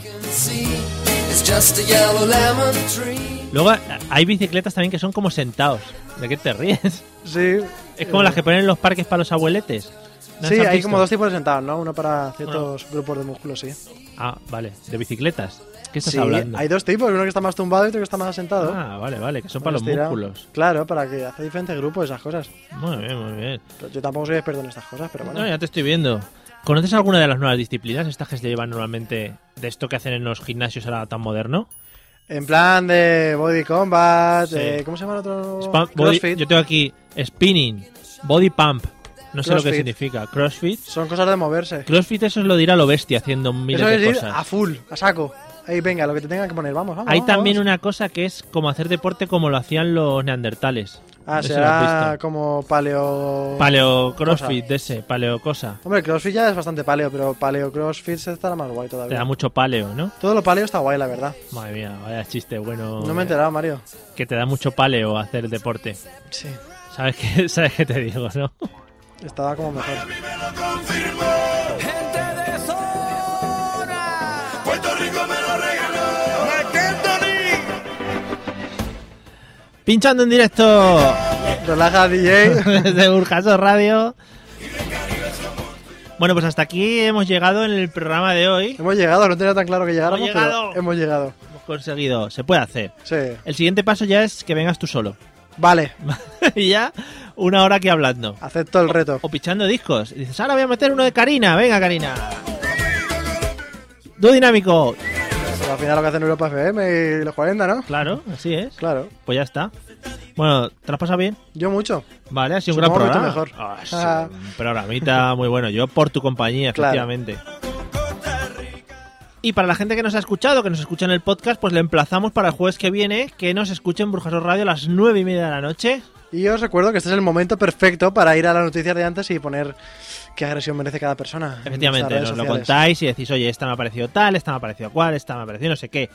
S9: It's just a yellow lemon tree.
S1: Luego hay bicicletas también que son como sentados. ¿De qué te ríes?
S2: Sí.
S1: Es como las que ponen en los parques para los abueletes. ¿No
S2: Sí,
S1: las has
S2: hay
S1: visto?
S2: como dos tipos de sentados, ¿no? Uno para ciertos grupos de músculos, sí.
S1: Ah, vale. ¿De bicicletas? ¿Qué estás
S2: Sí,
S1: hablando?
S2: hay dos tipos, uno que está más tumbado y otro que está más sentado.
S1: Ah, vale, vale, que son para
S2: Uno
S1: los
S2: estirado.
S1: músculos.
S2: Claro, para que hace diferentes grupos esas cosas.
S1: Muy bien, muy bien.
S2: Pero Yo tampoco soy experto en estas cosas, pero bueno.
S1: No, eh. ya te estoy viendo. ¿Conoces alguna de las nuevas disciplinas, estas que se llevan normalmente de esto que hacen en los gimnasios ahora tan moderno?
S2: En plan de body combat,
S1: Sí.
S2: eh, ¿cómo se llama el otro?
S1: Spam- body-
S2: Crossfit.
S1: yo tengo aquí spinning, body pump, no sé lo que
S2: Crossfit.
S1: significa, crossfit.
S2: Son cosas de moverse.
S1: Crossfit eso es lo dirá lo bestia haciendo miles
S2: Eso es
S1: de
S2: ir
S1: cosas.
S2: a full, a saco. Ey, venga, lo que te tengan que poner, vamos, vamos.
S1: Hay
S2: vamos,
S1: también
S2: vamos.
S1: una cosa que es como hacer deporte como lo hacían los neandertales.
S2: Ah,
S1: Eso lo has
S2: será
S1: visto.
S2: como paleo.
S1: Paleo crossfit de ese, paleo cosa.
S2: Hombre, crossfit ya es bastante paleo, pero paleo crossfit se estará más guay
S1: Te da
S2: todavía.
S1: mucho paleo, ¿no?
S2: Todo lo paleo está guay, la verdad.
S1: Madre mía, vaya chiste bueno.
S2: No me he enterado, Mario.
S1: Que te da mucho paleo hacer deporte.
S2: Sí,
S1: ¿Sabes qué, ¿Sabes qué te digo, no?
S2: estaba como mejor.
S10: Puerto Rico me lo regaló.
S1: Pinchando en directo
S2: Relaja, DJ.
S1: desde Urcaso Radio. Bueno, pues hasta aquí hemos llegado en el programa de hoy.
S2: Hemos llegado, no tenía tan claro que llegáramos,
S1: Hemos llegado.
S2: pero hemos llegado.
S1: Hemos conseguido, se puede hacer.
S2: Sí.
S1: El siguiente paso ya es que vengas tú solo.
S2: Vale,
S1: y ya una hora aquí hablando.
S2: acepto el reto.
S1: O pichando discos. Y dices, ahora voy a meter uno de Karina. Venga, Karina. Dúo dinámico.
S2: Pero al final lo que hacen Europa FM y los 40, ¿no?
S1: Claro, así es.
S2: Claro.
S1: Pues ya está. Bueno, ¿te lo has pasado bien?
S2: Yo mucho.
S1: Vale, ha sido un gran
S2: Supongo
S1: programa.
S2: que tú mejor.
S1: Ah, sí,
S2: Ah.
S1: un programita muy bueno. Yo por tu compañía,
S2: Claro.
S1: efectivamente. Y para la gente que nos ha escuchado, que nos escucha en el podcast, pues le emplazamos para el jueves que viene que nos escuche en Brujasos Radio a las nueve y media de la noche.
S2: Y os recuerdo que este es el momento perfecto para ir a las noticias de antes y poner qué agresión merece cada persona. en
S1: Efectivamente,
S2: nuestras redes
S1: nos lo
S2: sociales.
S1: contáis y decís, oye, esta me ha parecido tal, esta me ha parecido cual, esta me ha parecido no sé qué.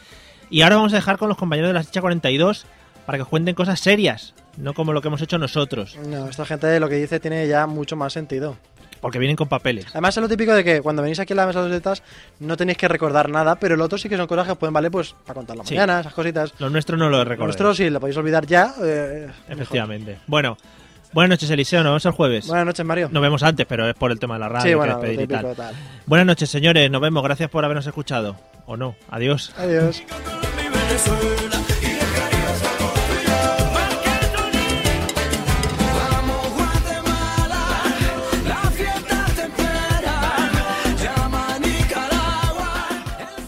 S1: Y ahora vamos a dejar con los compañeros de la Chicha 42 para que os cuenten cosas serias, no como lo que hemos hecho nosotros,
S2: No, esta gente lo que dice tiene ya mucho más sentido.
S1: porque vienen con papeles.
S2: Además es lo típico de que cuando venís aquí a la mesa de los letras no tenéis que recordar nada, pero el otro sí que son cosas que os pueden valer pues para contar la
S1: Sí.
S2: mañana, esas cositas.
S1: Lo nuestro no lo
S2: Con
S1: recordéis.
S2: Nosotros sí, lo podéis olvidar ya. eh, mejor.
S1: Efectivamente. Bueno, buenas noches, Eliseo. Nos vemos el jueves.
S2: Buenas noches, Mario.
S1: Nos vemos antes, pero es por el tema de la radio.
S2: sí,
S1: que
S2: bueno, lo
S1: despedir y
S2: típico,
S1: tal.
S2: tal.
S1: Buenas noches, señores. Nos vemos. Gracias por habernos escuchado. O no. Adiós.
S2: Adiós.
S10: Vamos Guatemala, la fiesta te espera. Llama a Nicaragua.